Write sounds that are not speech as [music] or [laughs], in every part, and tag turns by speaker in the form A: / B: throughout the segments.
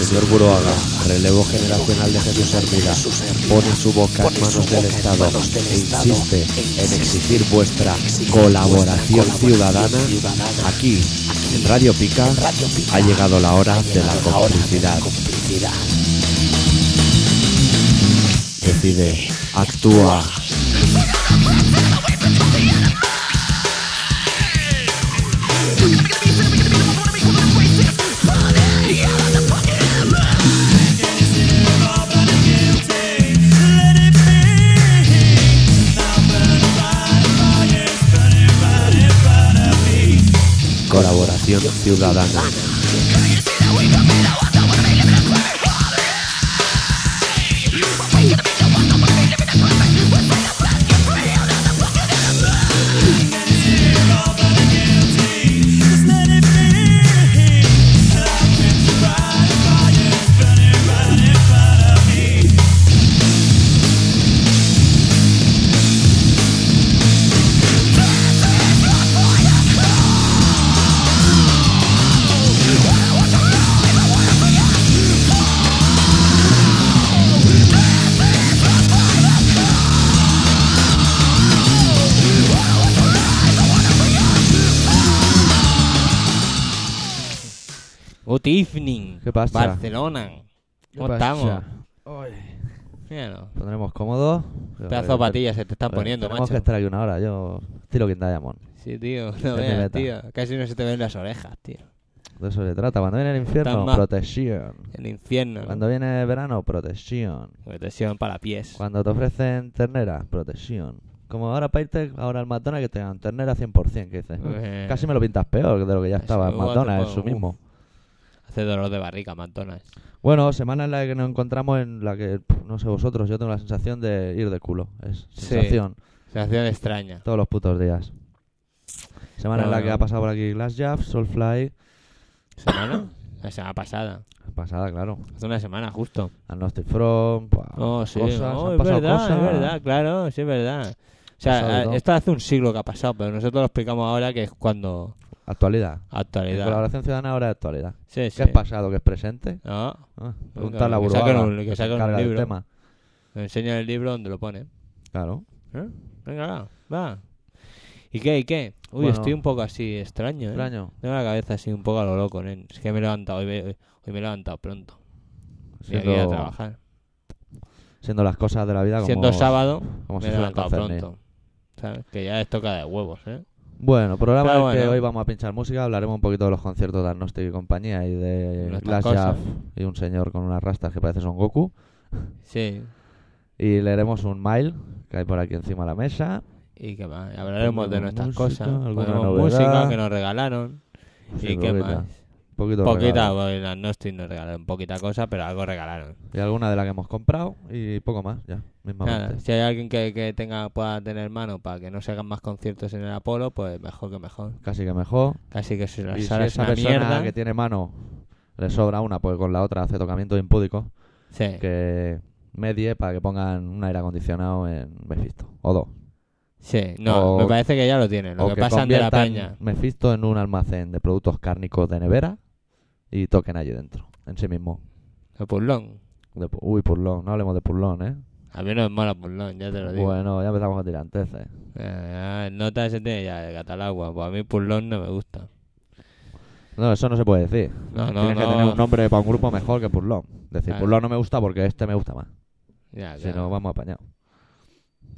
A: el señor Buruaga, relevo generacional de Jesús Hermida, pone su boca en manos del Estado e insiste en exigir vuestra colaboración ciudadana, aquí, en Radio Pica, ha llegado la hora de la complicidad. Decide, actúa. Colaboración ciudadana.
B: Good evening.
C: ¿Qué pasa?
B: Barcelona. ¿Cómo estamos?
C: Ay.
B: Míralo.
C: Pondremos cómodos.
B: Pedazo de patillas se te están
C: Bueno,
B: poniendo,
C: Tenemos
B: macho.
C: que estar este aquí una hora. Yo estilo Quinta Diamond.
B: Sí, tío. No
C: de
B: veas,
C: meta.
B: tío. Casi no se te ven las orejas, tío.
C: De eso se trata. Cuando viene el infierno,
B: Están más-
C: protección.
B: El infierno. ¿no?
C: Cuando viene el verano, protección.
B: Protección para pies.
C: Cuando te ofrecen ternera, protección. Como ahora para irte ahora al McDonald's que te dan ternera 100%, que dices. "Mm,
B: Eh,
C: Casi me lo pintas peor de lo que ya
B: Eso
C: estaba en
B: luego
C: McDonald's,
B: te
C: en su
B: pongo,
C: mismo.
B: Hace dolor de barriga, McDonald's.
C: Bueno, semana en la que nos encontramos en la que, pff, no sé vosotros, yo tengo la sensación de ir de culo. Es
B: Sí.
C: sensación.
B: Sensación extraña.
C: Todos los putos días. Semana en la que
B: Bueno.
C: ha pasado por aquí Glass Jaff, Soulfly.
B: ¿Semana? [coughs] La semana pasada.
C: Pasada, claro.
B: Hace una semana justo.
C: Agnostic Front. buah,
B: Oh, sí.
C: Ah, cosas,
B: Oh,
C: han
B: es
C: pasado
B: verdad,
C: cosas.
B: es verdad, claro, sí, es verdad. O sea,
C: Pasado de
B: a-
C: todo.
B: esto hace un siglo que ha pasado, pero nosotros lo explicamos ahora que es cuando...
C: Actualidad. La
B: Actualidad.
C: colaboración ciudadana ahora es actualidad.
B: Sí, sí.
C: ¿Qué es pasado? ¿Qué es presente?
B: No,
C: Ah,
B: que-
C: preguntar a la
B: que
C: Buruaga,
B: saquen un- que
C: se
B: saquen un
C: encarga del
B: libro.
C: tema.
B: me enseña el libro donde lo pone.
C: Claro.
B: ¿Eh? Venga, va, va. ¿Y qué, y qué? Uy,
C: Bueno.
B: estoy un poco así extraño, ¿eh?
C: Extraño.
B: Tengo la cabeza así un poco a lo loco, nen. Es que me he levantado, hoy me, hoy me he levantado pronto. Y aquí a
C: Siendo,
B: trabajar.
C: siendo las cosas de la vida como...
B: Siendo sábado,
C: como
B: me
C: se
B: he
C: suelen
B: levantado
C: concernir.
B: pronto. ¿Sabes? Que ya es toca de huevos, ¿eh?
C: Bueno, programa
B: Pero
C: en el que
B: bueno.
C: hoy vamos a pinchar música, hablaremos un poquito de los conciertos de Agnostic y compañía y de
B: Nuestras
C: Glass
B: cosas.
C: Jaff y un señor con unas rastas que parece Son Goku.
B: Sí.
C: Y leeremos un mail que hay por aquí encima de la mesa.
B: ¿Y qué más? Hablaremos de
C: Pondremos
B: nuestras
C: música,
B: cosas.
C: alguna
B: Pondremos
C: novedad.
B: música que nos regalaron.
C: Sí,
B: ¿Y qué
C: poquita,
B: más?
C: Un poquito de
B: Poquita,
C: regalo.
B: porque las Nostris nos regalaron poquita cosa, pero algo regalaron.
C: Y alguna de la que hemos comprado y poco más, ya, mismamente.
B: Nada, si hay alguien que, que tenga pueda tener mano para que no se hagan más conciertos en el Apolo, pues mejor que mejor.
C: Casi que mejor.
B: Casi que si la
C: y si
B: sala es
C: esa
B: una
C: persona
B: mierda.
C: que tiene mano le sobra una, pues con la otra hace tocamientos impúdicos,
B: Sí,
C: que medie para que pongan un aire acondicionado en Mephisto, o dos.
B: sí, no,
C: o-
B: me parece que ya lo tienen. Lo
C: o
B: que, pasan de la peña.
C: conviertan Mephisto en un almacén de productos cárnicos de nevera y toquen allí dentro, en sí mismo.
B: El purlón.
C: De pu- uy, purlón, no hablemos de purlón, ¿eh?
B: A mí no es malo purlón, ya te lo digo.
C: Bueno, ya empezamos con tiranteces.
B: Eh, eh, nota se tiene ya de Catalagua. Pues a mí purlón no me gusta.
C: No, eso no se puede decir.
B: No, no,
C: Tienes que
B: no.
C: tener un nombre para un grupo mejor que Purlón. Decir,
B: Claro.
C: Purlón no me gusta porque este me gusta más.
B: Ya,
C: Si
B: claro.
C: no, vamos apañados.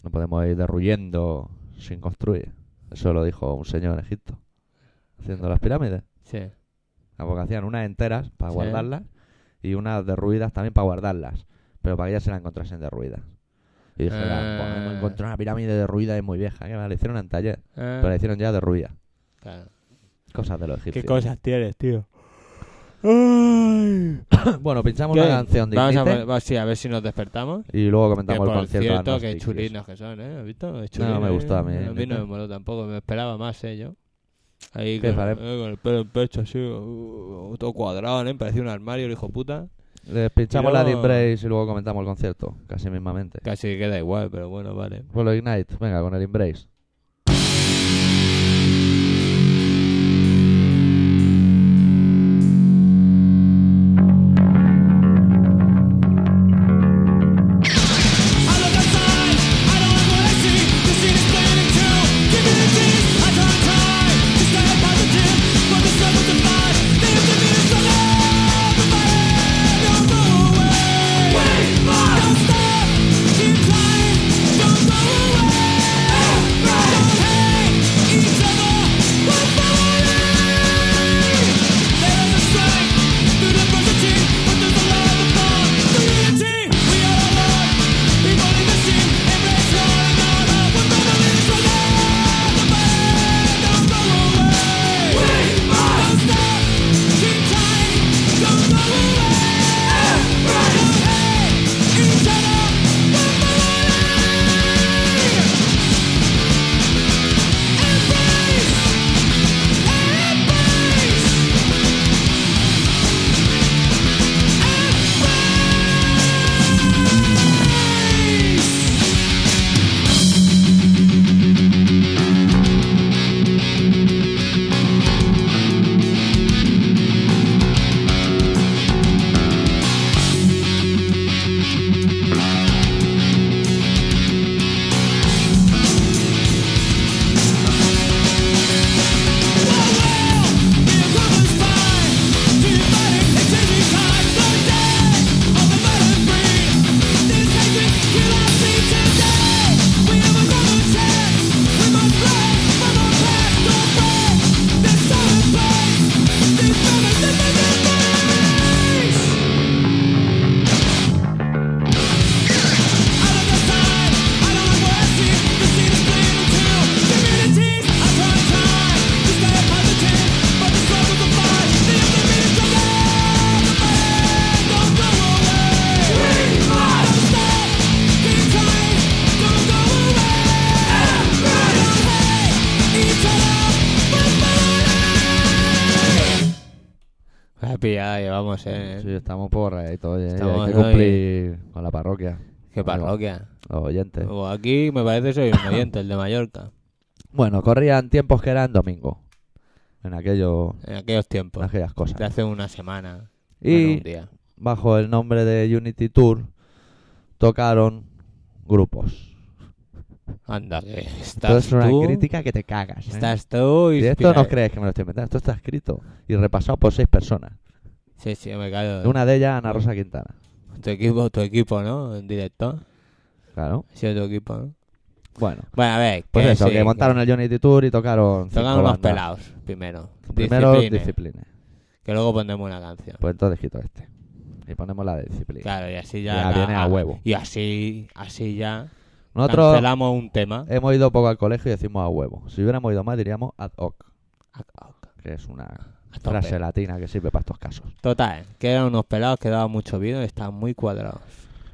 C: No podemos ir derruyendo sin construir. Eso lo dijo un señor en Egipto. Haciendo las pirámides.
B: Sí.
C: Ah, Porque hacían unas enteras para
B: Sí.
C: guardarlas y unas derruidas también para guardarlas. Pero para que ellas se las encontrasen derruidas. Y dijeran,
B: Ah.
C: "Buah, hemos encontrado una pirámide derruida y muy vieja. Que me la hicieron en taller.
B: Ah,
C: Pero la hicieron ya derruida.
B: claro.
C: Cosas de los egipcios.
B: tienes, tío? Ay.
C: [laughs] bueno, pinchamos
B: ¿Qué?
C: una canción de
B: Vamos a,
C: Ignite
B: ver, va- sí, a ver si nos despertamos.
C: y luego
B: Que
C: comentamos
B: por
C: el concierto. de
B: cierto, que
C: Agnostic.
B: chulinos que son, ¿eh? ¿Has visto? Es
C: No,
B: chulino,
C: me
B: ¿eh?
C: gustó a mí,
B: A mí
C: ¿eh?
B: no me moló tampoco, me esperaba más, ¿eh? Yo. Ahí
C: ¿Qué
B: con,
C: pare-
B: eh, con el pelo en pecho así, uh, todo cuadrado, ¿eh? Parecía un armario, el hijo puta.
C: Les pinchamos
B: Y luego-
C: la de Embrace y luego comentamos el concierto, casi mismamente.
B: Casi queda igual, pero bueno, vale.
C: Bueno, Ignite, venga, con el Embrace.
B: pillada llevamos, ¿eh?
C: Sí, estamos un poco rayaditos, oye.
B: Estamos,
C: hay que
B: ¿no?
C: cumplir con la parroquia,
B: Qué parroquia. Oh.
C: los oyentes.
B: O aquí me parece soy un oyente, el de Mallorca.
C: Bueno, corrían tiempos que eran domingo. En aquello,
B: En aquellos
C: en
B: tiempos.
C: aquellas
B: De
C: cosas.
B: hace una semana. bueno,
C: Y
B: un día.
C: bajo el nombre de Unity Tour tocaron grupos.
B: Anda, que estás
C: Esto es una
B: tú.
C: crítica que te cagas. ¿eh?
B: Estás tú
C: Y
B: y...
C: esto no crees que me lo estoy inventando, esto está escrito y repasado por seis personas.
B: Sí, sí, me callo.
C: Una de ellas, Ana Rosa Quintana.
B: Tu equipo, tu equipo, ¿no? En directo.
C: Claro.
B: Ha sido tu equipo, ¿no?
C: Bueno,
B: Bueno, a ver.
C: pues eso,
B: Eh, sí,
C: que montaron el Unity Tour y tocaron. cinco
B: Tocan unos
C: bandas.
B: pelados, primero.
C: Primero
B: Disciplina,
C: disciplina.
B: Que luego pondremos una canción.
C: Pues entonces quito este. Y ponemos la de disciplina.
B: Claro, y así ya...
C: Ya
B: la-
C: viene a huevo.
B: Y así, así ya...
C: Nosotros eh,
B: Cancelamos un tema.
C: hemos ido poco al colegio y decimos a huevo. Si hubiéramos ido más, diríamos ad hoc, que es una
B: A tope.
C: frase latina que sirve para estos casos.
B: Total, que eran unos pelados que daban mucho vino y estaban muy cuadrados.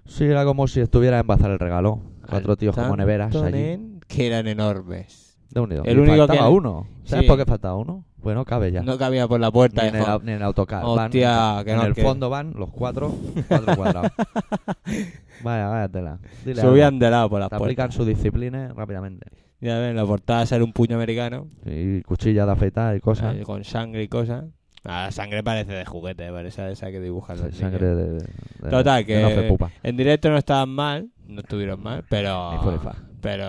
C: Sí, era como si estuviera en Bazar el Regalo. Cuatro
B: Al
C: tíos como
B: tanto
C: neveras allí.
B: nen que eran enormes.
C: De unido.
B: El
C: Y
B: único que-
C: faltaba uno. ¿Sabes
B: Sí.
C: por qué faltaba uno? Bueno, cabe ya.
B: No cabía por la puerta.
C: ni, en el,
B: dijo,
C: au- ni en el autocar. van-
B: Hostia, que
C: en
B: no,
C: el
B: que-
C: fondo van los cuatro,
B: [laughs]
C: cuatro cuadrados. vaya, vaya tela. Dile
B: Subían de lado por la
C: algo. Te
B: puerta.
C: aplican su disciplina rápidamente.
B: Ya ven, la portada era un puño americano
C: Y cuchilla de afeitar y cosas.
B: eh, con sangre y cosas. Ah, la sangre parece de juguete, parece esa que dibujan los
C: sangre
B: niños.
C: de, de-
B: Total,
C: de no
B: que-
C: hacer pupa.
B: En directo no estaban mal, no estuvieron mal, pero.
C: Ni fu ni fa.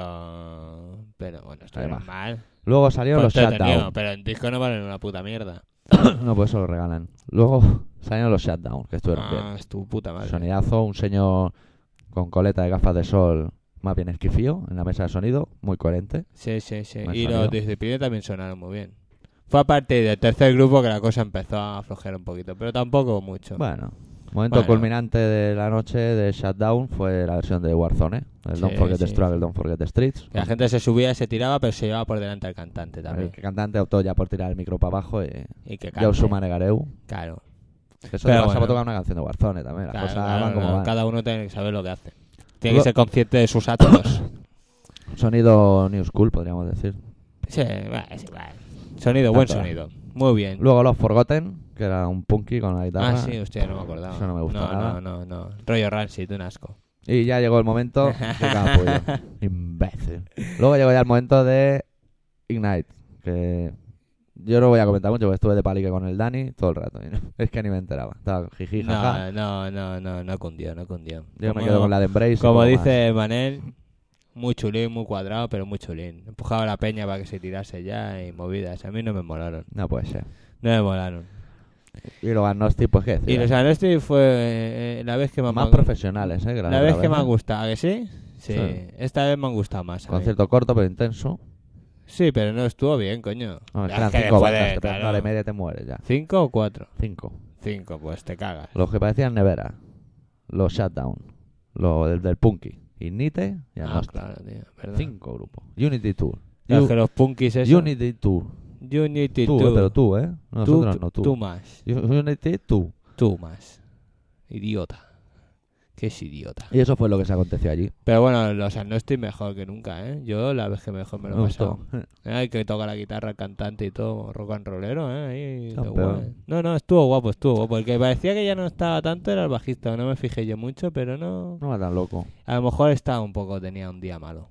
B: Pero. Pero bueno, estuvieron
C: Además,
B: mal. Pues
C: Luego salieron
B: Fue
C: los
B: entretenido,
C: shutdown.
B: pero en disco no valen una puta mierda.
C: no, pues eso lo regalan. Luego salieron los shutdown, que estuvieron
B: Ah,
C: bien.
B: es tu puta madre.
C: Sonidazo, un señor con coleta de gafas de sol, más bien esquifío, en la mesa de sonido, muy coherente.
B: Sí, sí, sí.
C: Buen
B: Y
C: sonido.
B: los disciplina también sonaron muy bien. Fue a partir del tercer grupo que la cosa empezó a aflojar un poquito, pero tampoco mucho.
C: Bueno, momento
B: Bueno.
C: culminante de la noche de Shutdown fue la versión de Warzone, ¿eh? el
B: Sí,
C: Don't Forget the
B: sí,
C: Struggle, Don't Forget the Streets.
B: Que La gente se subía, se tiraba, pero se llevaba por delante al cantante
C: El
B: también.
C: cantante optó ya por tirar el micro para abajo y
B: Y que
C: ya
B: cante.
C: Usuma Negareu.
B: Claro,
C: Eso
B: Pero
C: te pasa
B: bueno.
C: por tocar una canción de Warzone también. Las
B: claro,
C: cosas
B: claro,
C: van como
B: claro.
C: van.
B: cada uno tiene que saber lo que hace. Tiene
C: Luego-
B: que ser consciente de sus actos.
C: Sonido New School, podríamos decir.
B: sí, va, es igual. Sonido, buen
C: Tanto, eh.
B: sonido. Muy bien.
C: Luego los Forgotten, que era un punky con la guitarra.
B: Ah, sí, hostia, no me acordaba.
C: Eso no me gusta
B: no,
C: nada.
B: No, no, no. Rollo Rancid, un asco.
C: Y ya llegó el momento de
B: [laughs]
C: capullo. Imbécil. Luego llegó ya el momento de Ignite, que yo no voy a comentar mucho porque estuve de palique con el Dani todo el rato. y no- es que ni me enteraba. Estaba jiji, jaja.
B: No, no, no, no, no cundió, no cundió.
C: yo me
B: Como-
C: quedo con la de Embrace. y
B: Como
C: poco
B: dice Manel, muy chulín, muy cuadrado, pero muy chulín. Empujaba la peña para que se tirase ya y movidas. A mí no me molaron.
C: más. No puede ser.
B: No me molaron.
C: Y los Agnostic, pues qué decir.
B: Y los Anesti fue eh, la vez que más,
C: más
B: me-
C: profesionales, ¿eh? que
B: La
C: otra
B: vez que
C: vez,
B: me
C: ¿eh?
B: han gustado, ¿a que sí? sí?
C: Sí.
B: esta vez me han gustado más. a mí.
C: Concierto corto pero intenso.
B: Sí, pero no estuvo bien, coño.
C: No, es que
B: Ya
C: eran
B: es que
C: cinco
B: después de-
C: bandas, te
B: claro.
C: una hora y media te mueres ya.
B: ¿Cinco o cuatro?
C: Cinco.
B: Cinco, pues te cagas.
C: Los que parecían nevera. Los Shutdown. Los del, del Punky. Ignite y
B: ah,
C: Agnostic.
B: claro, tío. Perdón.
C: Cinco grupos. Unity Tour.
B: Claro, es
C: U-
B: que los punkis es
C: Unity Tour.
B: Unity
C: Tú,
B: tú.
C: eh, pero tú, ¿eh? No,
B: tú,
C: Nosotros no,
B: tú,
C: tú.
B: tú más.
C: U- Unity Tour.
B: Tú más. Idiota. ¿Qué es idiota?
C: Y eso fue lo que se aconteció allí.
B: Pero bueno, los agnostic mejor que nunca, ¿eh? Yo la vez que mejor me lo he
C: Me
B: pasado.
C: gustó.
B: Ay, que toca la guitarra, el cantante y todo, rock and rollero, ¿eh? Ahí, lo
C: Campeón.
B: guay. No, no, estuvo guapo, estuvo guapo. El que parecía que ya no estaba tanto era el bajista, no me fijé yo mucho, pero [laughs] no...
C: No va tan loco.
B: A lo mejor estaba un poco, tenía un día malo.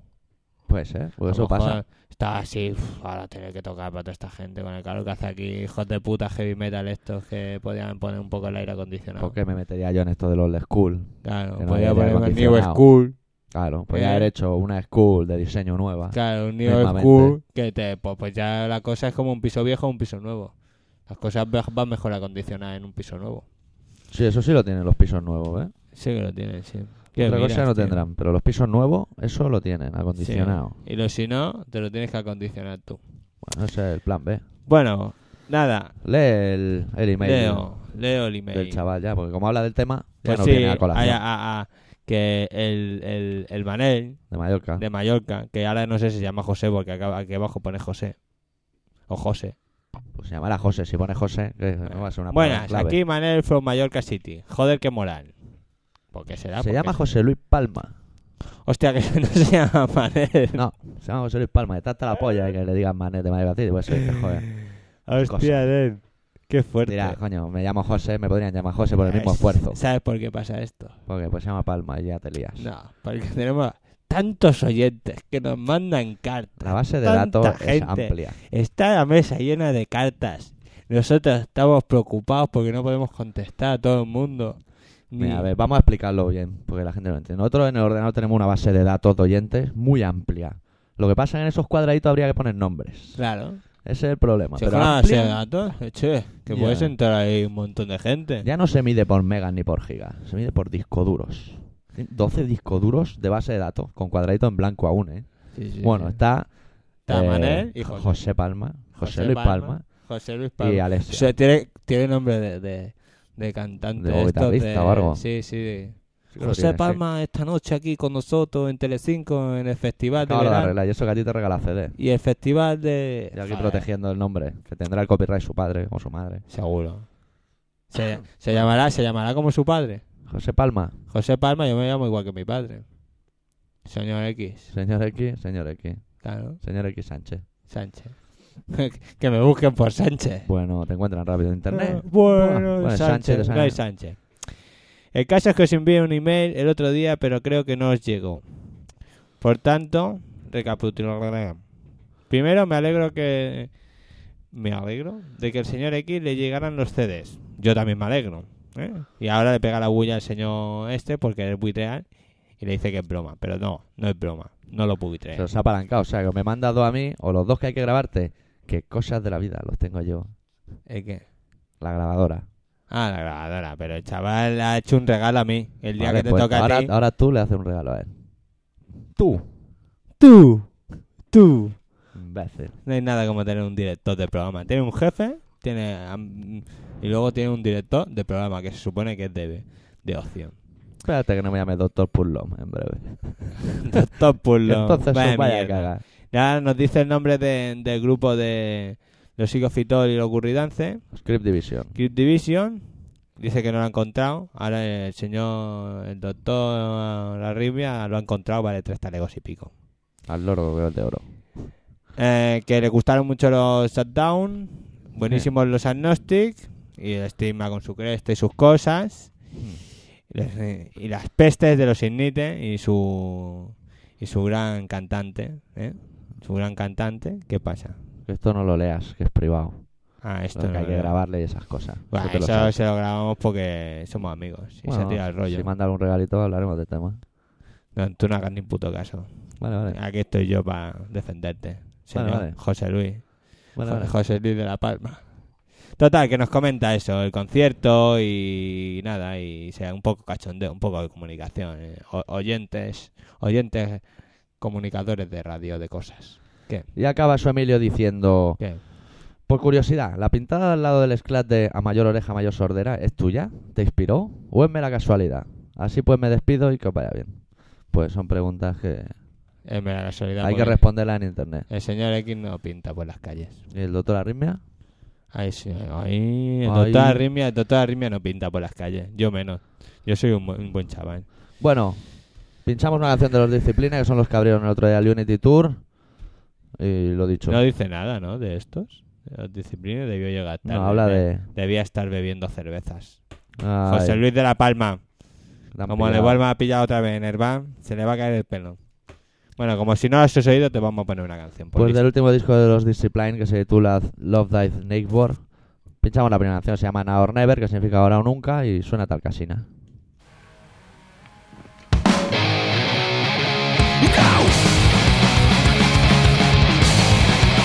C: Pues, ¿eh?
B: A lo
C: Pues eso
B: mejor
C: pasa.
B: Estaba así, "Uf, ahora tener que tocar para toda esta gente con el calor que hace aquí, hijos de puta heavy metal estos que podían poner un poco el aire acondicionado.
C: Porque me metería yo en esto de los old school?
B: Claro,
C: Que no
B: podía
C: haya aire
B: poner un New
C: acondicionado.
B: School.
C: Claro, podría
B: Eh.
C: haber hecho una school de diseño nueva.
B: Claro, un New
C: Mismamente.
B: School que te, pues, pues ya la cosa es como un piso viejo o un piso nuevo. Las cosas ve- van mejor acondicionadas en un piso nuevo.
C: Sí, eso sí lo tienen los pisos nuevos, ¿eh?
B: Sí que lo tienen, sí. Qué
C: Otra cosa
B: miras,
C: no
B: tío.
C: tendrán, pero los pisos nuevos, eso lo tienen, acondicionado.
B: Y lo si no, te lo tienes que acondicionar tú.
C: Bueno, ese es el plan B.
B: Bueno, nada.
C: Lee el, el email
B: Leo, leo el
C: del
B: email.
C: del chaval ya, porque como habla del tema, ya
B: Pues
C: no
B: sí,
C: viene a colación.
B: ay, a- a- que el, el, el Manel
C: De Mallorca.
B: de Mallorca, que ahora no sé si se llama José porque acá, aquí abajo pone José. O José.
C: Pues llamará José, si pone José, que no va a ser una palabra
B: Buenas,
C: clave.
B: aquí Manel from Mallorca City. Joder, qué moral. Porque será?
C: Se
B: porque
C: llama
B: es-
C: José Luis Palma.
B: Hostia, que [laughs] no se llama Manel.
C: No, se llama
B: [laughs]
C: este José Luis Palma. Está hasta la polla de que le digan Manet de Mallorca City. Pues se dice, joder.
B: Hostia,
C: cosa.
B: Nen. Qué fuerte.
C: Dirá, coño, me llamo José, me podrían llamar José por el mismo
B: Es-
C: esfuerzo.
B: ¿Sabes por qué pasa esto?
C: Porque pues se llama Palma y ya te lías.
B: No, porque tenemos tantos oyentes que nos mandan cartas.
C: La base de
B: Tanta
C: datos es
B: gente.
C: amplia.
B: Está la mesa llena de cartas. Nosotros estamos preocupados porque no podemos contestar a todo el mundo. Ni-
C: Mira, a ver, vamos a explicarlo bien, porque la gente no entiende. Nosotros en el ordenador tenemos una base de datos de oyentes muy amplia. Lo que pasa es que en esos cuadraditos habría que poner nombres.
B: Claro.
C: Ese es el problema.
B: Si
C: Pero
B: fuera una base
C: amplia
B: de datos, eh, che, que
C: Ya.
B: puedes entrar ahí un montón de gente.
C: ya no se mide por megas ni por gigas, se mide por disco duros. 12 disco duros de base de datos, con cuadraditos en blanco aún, ¿eh?
B: Sí, sí,
C: Bueno,
B: sí.
C: está...
B: Está
C: eh,
B: Manel y José,
C: José Palma, José,
B: José
C: Luis
B: Palma,
C: Palma,
B: José Luis Pablo.
C: y
B: O
C: Alessio.
B: sea, tiene, tiene nombre de, de, de cantante.
C: De
B: estos
C: guitarrista
B: de-
C: o algo.
B: Sí, sí. de-
C: Sí que lo
B: José
C: tiene, sí.
B: Palma esta noche aquí con nosotros en Telecinco en el festival de
C: Acabo de
B: verano.
C: arreglar, y eso que a ti te regala CD.
B: y el festival de
C: Y aquí
B: Joder,
C: protegiendo el nombre, que tendrá el copyright su padre o su madre.
B: seguro se, se llamará se llamará como su padre
C: José Palma,
B: José Palma yo me llamo igual que mi padre señor X
C: señor X, señor X,
B: claro
C: señor X Sánchez.
B: Sánchez [laughs] que me busquen por Sánchez
C: Bueno, te encuentran rápido en internet.
B: Ah, Bueno,
C: Bueno,
B: Sánchez,
C: Sánchez, Sánchez.
B: no hay Sánchez. El caso es que os envié un email el otro día, pero creo que no os llegó. Por tanto, recapitularé. Primero, me alegro que. Me alegro de que el señor X le llegaran los CDs. Yo también me alegro. ¿eh? Y ahora le pega la bulla al señor este porque es buitreal y le dice que es broma. Pero no, no es broma. No lo
C: Se
B: buitrean.
C: los ha apalancado, o sea, que me manda dos a mí, o los dos que hay que grabarte. Que cosas de la vida, los tengo yo.
B: ¿El qué?
C: La grabadora.
B: Ah, la grabadora. Pero el chaval ha hecho un regalo a mí. El día
C: Vale,
B: que te
C: pues
B: toca
C: ahora,
B: a ti.
C: ahora tú le haces un regalo a él. Tú,
B: Tú, tú.
C: imbécil.
B: No hay nada como tener un director de programa. Tiene un jefe, tiene am- y luego tiene un director de programa que se supone que es de, de ocio. [laughs]
C: Espérate que no me llame Doctor Purlom en breve.
B: Doctor Purlón.
C: Entonces,
B: Vaya
C: vaya, vaya
B: mierda.
C: cagar.
B: Ya nos dice el nombre de- del grupo de los psicofitol y los curridance.
C: Script Division.
B: Crypt Division. Dice que no lo ha encontrado. Ahora el señor, el doctor Larribia lo ha encontrado, vale tres talegos y pico.
C: Al loro que veo de oro.
B: Eh, que le gustaron mucho los Shutdown, buenísimos los Agnostic, y el estigma con su cresta y sus cosas, Hmm. les- eh, y las pestes de los Ignite y su, y su gran cantante, ¿eh? Su gran cantante, ¿qué pasa?
C: Que esto no lo leas, que es privado.
B: Ah,
C: Lo
B: esto
C: que
B: no
C: hay que
B: lo-
C: grabarle y esas cosas.
B: Buah,
C: Eso te lo
B: eso
C: sabes.
B: se lo grabamos porque somos amigos y se
C: Bueno,
B: tira el rollo.
C: Si manda algún regalito, hablaremos del tema.
B: No, tú no hagas ni puto caso.
C: Vale, vale.
B: Aquí estoy yo para defenderte, señor
C: vale.
B: José Luis.
C: Vale,
B: Jo-
C: vale.
B: José Luis de la Palma. Total, que nos comenta eso, el concierto y nada, y sea un poco cachondeo, un poco de comunicación. eh, o- oyentes, oyentes comunicadores de radio de cosas.
C: Y acaba su Emilio diciendo,
B: ¿Qué?
C: por curiosidad, ¿la pintada al lado del sclat de A mayor oreja, mayor sordera es tuya? ¿Te inspiró? ¿O es mera casualidad? Así pues me despido y que os vaya bien. Pues son preguntas que
B: Es mera casualidad.
C: hay que
B: porque
C: responderlas en internet.
B: El señor X no pinta por las calles.
C: ¿Y el doctor Arritmia?
B: Ay, sí, ay, el
C: Ay.
B: doctor Arrimia, el doctor Arrimia no pinta por las calles, yo menos. Yo soy un, bu- un buen chaval.
C: Bueno, pinchamos una canción de los Disciplinas, que son los que abrieron el otro día el Unity Tour. Y lo dicho.
B: No dice nada, ¿no? De estos. De Los disciplines debió llegar
C: No,
B: tarde.
C: habla
B: de-
C: de...
B: Debía estar bebiendo cervezas.
C: Ay,
B: eh, José Luis de la Palma.
C: la han
B: Como le
C: pillado.
B: vuelva a pillar otra vez en el van, se le va a caer el pelo. Bueno, como si no lo has oído, te vamos a poner una canción. por
C: Pues
B: listo.
C: del último disco de los Discipline que se titula Love Dive Neighbor, pinchamos la primera canción, se llama Now or Never, que significa ahora o nunca, y suena tal casina.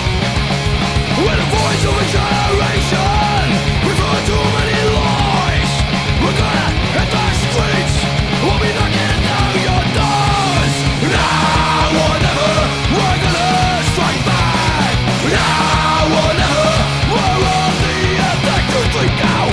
D: We're the voice of a generation. We've heard too many lies. We're gonna hit the streets. We'll be knocking down your doors. Now or never, we're gonna strike back. Now or never, we're on the attack. Just like now.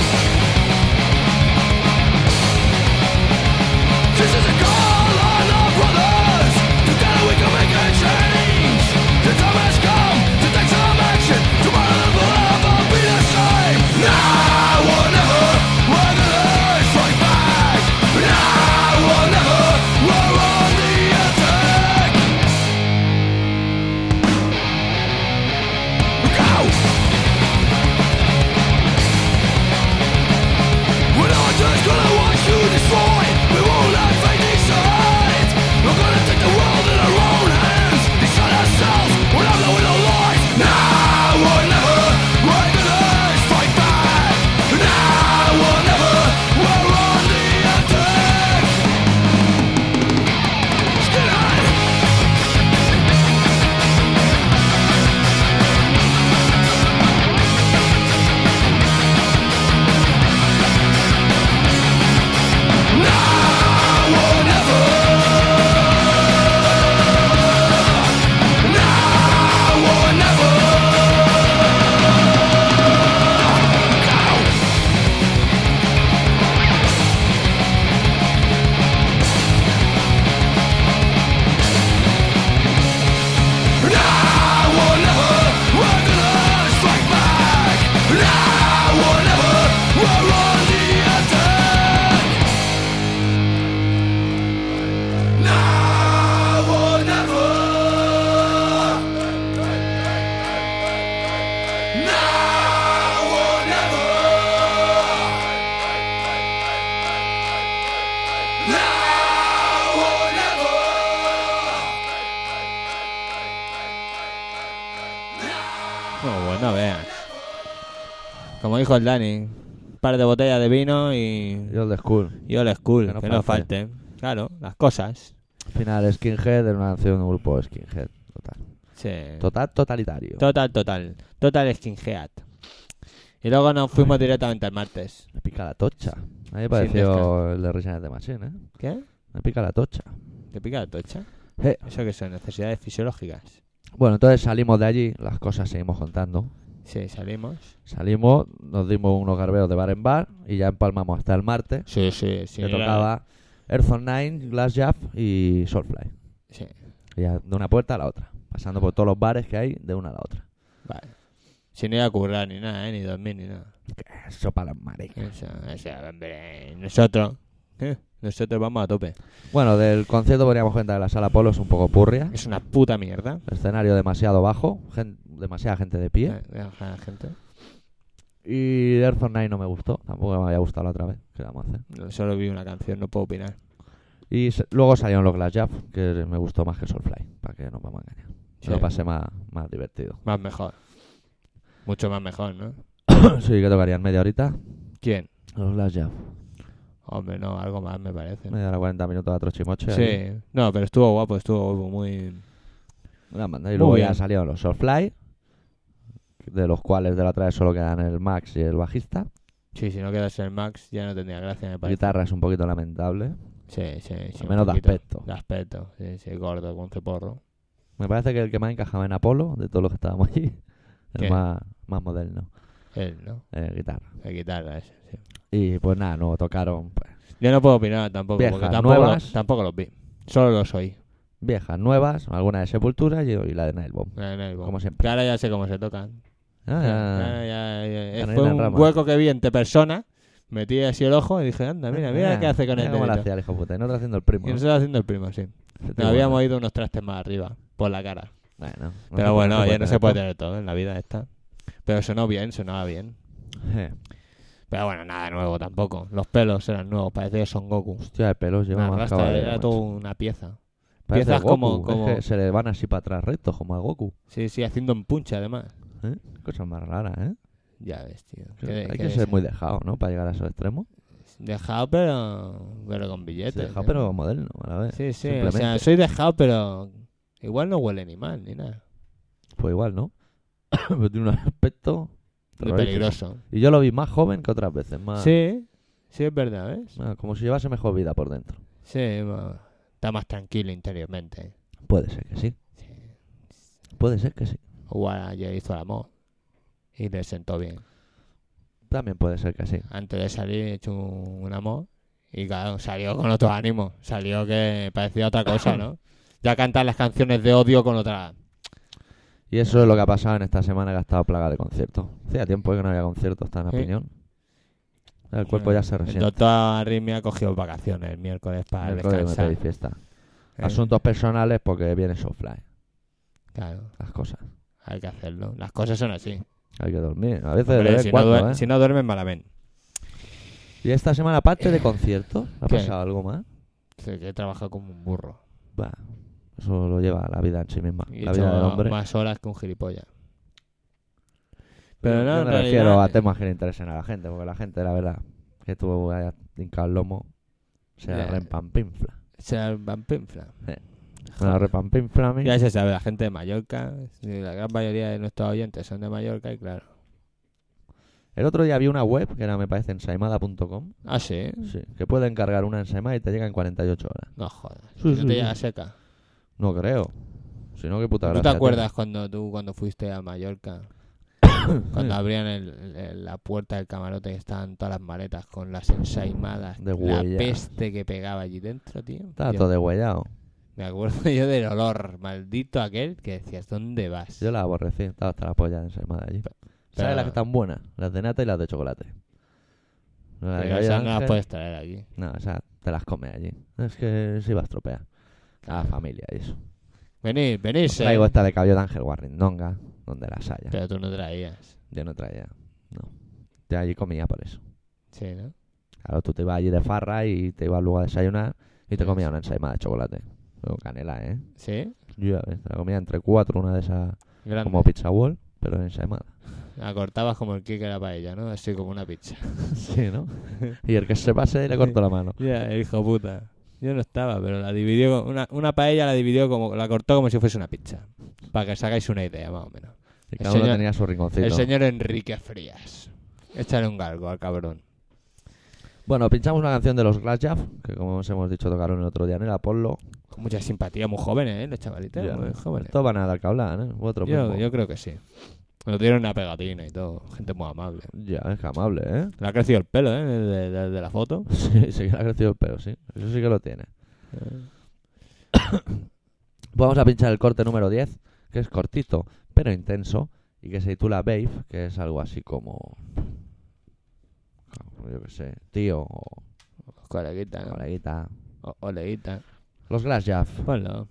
B: dijo el Dani, un par de botellas de vino y,
C: Yo el de School.
B: y old school,
C: Que no
B: que no
C: falte.
B: falte. Claro, las cosas.
C: Al final, Skinhead era una canción de un grupo Skinhead. Total.
B: Sí.
C: Total, totalitario.
B: Total, total. Total skinhead. Y luego nos fuimos directamente al martes.
C: Me pica la tocha. A mí me
B: descanso.
C: pareció el de Rage Against the Machine, ¿eh?
B: ¿Qué?
C: Me pica la tocha.
B: ¿Te pica la tocha?
C: Eh,
B: Eso que son necesidades fisiológicas.
C: Bueno, entonces salimos de allí, las cosas seguimos contando.
B: Sí, salimos.
C: Salimos, nos dimos unos garbeos de bar en bar y ya empalmamos hasta el martes,
B: Sí, sí, sí.
C: que
B: era-
C: tocaba Earthon Nine, Glass Jaff y Soulfly.
B: Sí,
C: Y ya de una puerta a la otra, pasando por todos los bares que hay de una a la otra.
B: vale. Si no iba a currar ni nada, ¿eh? ni dormir ni nada.
C: Eso para los maricas.
B: Eso, eso, hombre. Nosotros, ¿eh? nosotros vamos a tope.
C: Bueno, del concierto podríamos cuenta que la sala Polo es un poco purria.
B: Es una puta mierda.
C: Escenario demasiado bajo, gen- demasiada gente de pie.
B: Eh, deja la gente.
C: Y Earthon Nine no me gustó, tampoco me había gustado la otra vez. ¿Qué le vamos a hacer?
B: No, Solo vi una canción, no puedo opinar.
C: Y s- luego salieron los Glass Jaff, que me gustó más que Soulfly, para que nos vamos a engañar.
B: Sí,
C: Lo pasé más, más divertido. [coughs]
B: Más mejor. Mucho más mejor, ¿no?
C: sí, que tocarían media horita.
B: ¿Quién?
C: Los Glass Jaff.
B: Hombre, no, algo más me parece.
C: Media hora 40 minutos a trochimoche. ahí.
B: Sí, no, pero estuvo guapo, estuvo muy...
C: Una banda. Y
B: Muy
C: luego ya
B: bien.
C: salieron los Soulfly, de los cuales de la otra vez solo quedan el Max y el bajista.
B: Sí, si no quedas el Max ya no tendría gracia, me
C: La
B: parece.
C: guitarra es un poquito lamentable.
B: Sí, sí, sí.
C: Al
B: un
C: menos de
B: poquito.
C: aspecto.
B: De aspecto, sí, sí, gordo, con ceporro.
C: Me parece que el que más encajaba en Apolo, de todos los que estábamos allí, el
B: ¿Quién?
C: más, más moderno,
B: Él, ¿no?
C: eh, guitarra.
B: La guitarra, ese, sí.
C: Y pues nada, luego tocaron pues,
B: Yo no puedo opinar tampoco,
C: Viejas,
B: porque tampoco,
C: nuevas.
B: los- tampoco los vi. Solo los oí.
C: viejas nuevas, alguna de Sepultura y, y la de Nailbomb.
B: en el álbum.
C: Como siempre.
B: Claro, ya sé cómo se tocan.
C: Ah,
B: Claro, ya- ya-
C: Ya no hay
B: Fue
C: las
B: un
C: ramas.
B: hueco que vi entre personas. Metí así el ojo y dije, anda, mira, mira
C: ah,
B: qué hace con
C: mira
B: el
C: cómo la
B: dedito.
C: hacía el hijo puta. Y nosotros haciendo el primo. Este
B: Y nosotros haciendo el primo, sí. Nos habíamos ido unos trastes más arriba, por la cara.
C: Bueno, no se-
B: Pero bueno,
C: puede
B: ya no se puede
C: tener
B: tener todo en la vida esta. Pero sonó bien, sonaba bien.
C: todo. Eh,
B: Pero bueno, nada nuevo tampoco. Los pelos eran nuevos, parecía Son Goku.
C: Hostia, de pelos lleva
B: Una
C: más eh,
B: rasta,
C: caballero,
B: era
C: macho.
B: toda una pieza.
C: Parece
B: piezas
C: Goku,
B: como-
C: es
B: como-
C: que se le van así para atrás rectos, como a Goku.
B: Sí, sí, haciendo un punche además.
C: ¿eh? Cosas más raras, ¿eh?
B: Ya ves, tío.
C: Hay
B: Qué- qué
C: que ser muy dejado, ¿no? Para llegar a esos extremos.
B: Dejado, pero, pero con billetes.
C: Sí, dejado,
B: ¿eh?
C: pero moderno, a la vez.
B: Sí, sí. O sea,
C: simplemente.
B: soy dejado, pero igual no huele ni mal ni nada.
C: Pues igual, ¿no? [coughs] Pero tiene un aspecto
B: Muy
C: terrorífico.
B: peligroso.
C: Y yo lo vi más joven que otras veces. Más,
B: Sí, sí, es verdad, ¿ves?
C: más- como si llevase mejor vida por dentro.
B: Sí, ma- está más tranquilo interiormente.
C: Puede ser que sí.
B: Sí.
C: Puede ser que sí.
B: Igual ayer hizo el amor y le sentó bien.
C: También puede ser que sí.
B: Antes de salir he hecho un, un amor y claro, salió con otro ánimo. Salió que parecía otra cosa,
C: [coughs]
B: ¿no? Ya cantar las canciones de odio con otra...
C: Y eso es lo que ha pasado en esta semana que ha estado plaga de conciertos. Hacía tiempo que no había conciertos tan a
B: Sí.
C: piñón. El cuerpo ya se
B: El
C: resiente.
B: doctor Arritmia cogió vacaciones el miércoles para
C: El rollo de
B: descansar.
C: meter y fiesta.
B: ¿eh?
C: Asuntos personales porque viene Soulfly.
B: Claro,
C: Las cosas.
B: hay que hacerlo. Las cosas son así.
C: Hay que dormir. A veces de
B: Hombre,
C: vez en
B: si,
C: cuando,
B: no duer-
C: ¿eh?
B: si no duermes, malamente.
C: Y esta semana, aparte de conciertos, ¿ha
B: Eh. ¿Qué?
C: pasado algo más?
B: Que que he trabajado como un burro.
C: Bah, eso lo lleva la vida en sí misma.
B: Y he
C: la
B: hecho
C: vida del hombre.
B: más horas que un gilipollas. Pero no,
C: Yo
B: en
C: me
B: realidad-
C: refiero a temas que le interesen a la gente, porque la gente, la verdad, que estuvo allá hincado el lomo, se la
B: Ya.
C: rempampinfla.
B: [laughs] Se la van pinfla.
C: Eh. Se la rempampinfla a mí.
B: Ya se sabe, la gente de Mallorca, la gran mayoría de nuestros oyentes son de Mallorca y claro.
C: El otro día vi una web, que era, me parece, ensaimada.com,
B: Ah, sí,
C: sí, que puede encargar una ensaimada y te llega en 48 horas.
B: no jodas.
C: Sí,
B: no
C: sí,
B: te
C: sí.
B: llega seca.
C: No creo. Si no, qué puta
B: ¿Tú
C: gracia.
B: te
C: tiene.
B: acuerdas cuando tú cuando fuiste a
C: [coughs]
B: Mallorca? cuando abrían el- el- la puerta del camarote y estaban todas las maletas con las ensaimadas.
C: De
B: la
C: huella.
B: peste que pegaba allí dentro, tío.
C: Estaba
B: Yo-
C: todo degüellado.
B: me acuerdo [laughs] yo del olor maldito aquel que decías, ¿dónde vas?
C: Yo la aborrecí, estaba hasta la polla de ensaimada allí.
B: pero-
C: ¿Sabes las que están buenas? Las de nata y las de chocolate. La de
B: Pero pues.
C: Gabriel
B: esas no las
C: Ángel-
B: puedes traer aquí.
C: No, o sea, te las come allí. Es que se iba a estropear. A la familia y eso.
B: Venid, venid.
C: Os Traigo esta de cabello de Ángel Guarrindonga, donde las haya.
B: Pero tú no traías.
C: Yo no traía, no. Yo allí comía por eso.
B: Sí, ¿no?
C: Claro, tú te ibas allí de farra y te ibas luego a desayunar y te
B: Sí, sí.
C: comías una ensaimada de chocolate. Luego canela, ¿eh?
B: Sí,
C: Yo ya ves, te la comía entre cuatro, una de esas
B: grande. [laughs]
C: como pizza wall, pero ensaimada.
B: La cortabas como el kick de la paella, ¿no? Así como una pizza.
C: Sí, ¿no? [laughs] Y el que se pase le corto la mano.
B: [laughs] Ya, el hijo puta. Yo no estaba, pero la dividió. con- Una, una paella la dividió como. La cortó como si fuese una pizza. Para que os hagáis una idea, más o menos.
C: Y
B: El
C: cada uno
B: señor-
C: tenía su rinconcito.
B: El señor Enrique Frías. Échale un galgo al cabrón.
C: Bueno, pinchamos una canción de los Glass Jaff, que como os hemos dicho tocaron el otro día en el Apollo.
B: Con mucha simpatía, muy jóvenes, ¿eh? Los chavalitos,
C: Ya.
B: muy jóvenes.
C: Esto van a dar que hablar, ¿eh? Otro
B: Yo,
C: mismo.
B: yo creo que sí. Lo dieron una pegatina y todo. Gente muy amable.
C: Ya, es que amable, ¿eh? [laughs]
B: Le ha crecido el pelo, ¿eh? De, de- de la foto.
C: Sí, sí que le ha crecido el pelo, sí. Eso sí que lo
B: [coughs]
C: tiene. Vamos a pinchar el corte número 10, que es cortito, pero intenso, y que se titula Babe, que es algo así como... como Yo qué sé, tío o
B: Coleguita, ¿no?
C: coleguita.
B: O- Oleguita.
C: Los Glass Jaff.
B: Ponlo.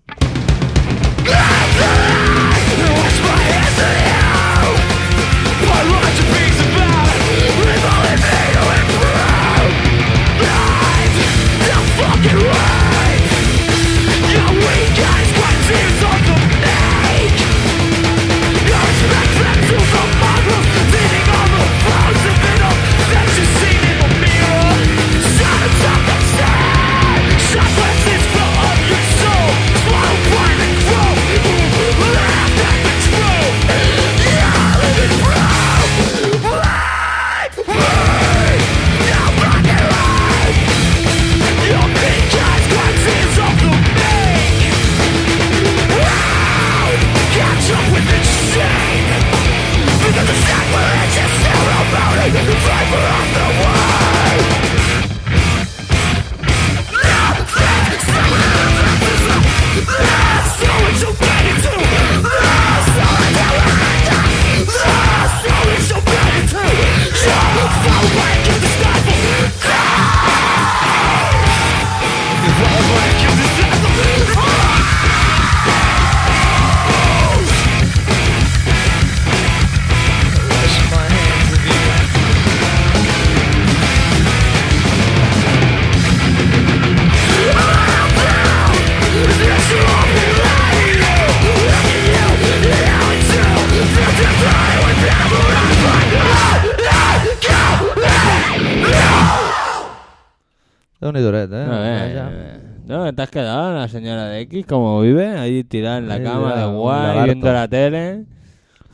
C: De un Iduret, ¿eh?
B: A ver,
C: Glass Jaff.
B: No, te has quedado la señora de X, como vive, ahí tirada en la
C: Ahí
B: cama
C: tirada,
B: de
C: un
B: guay,
C: lagarto.
B: viendo la tele.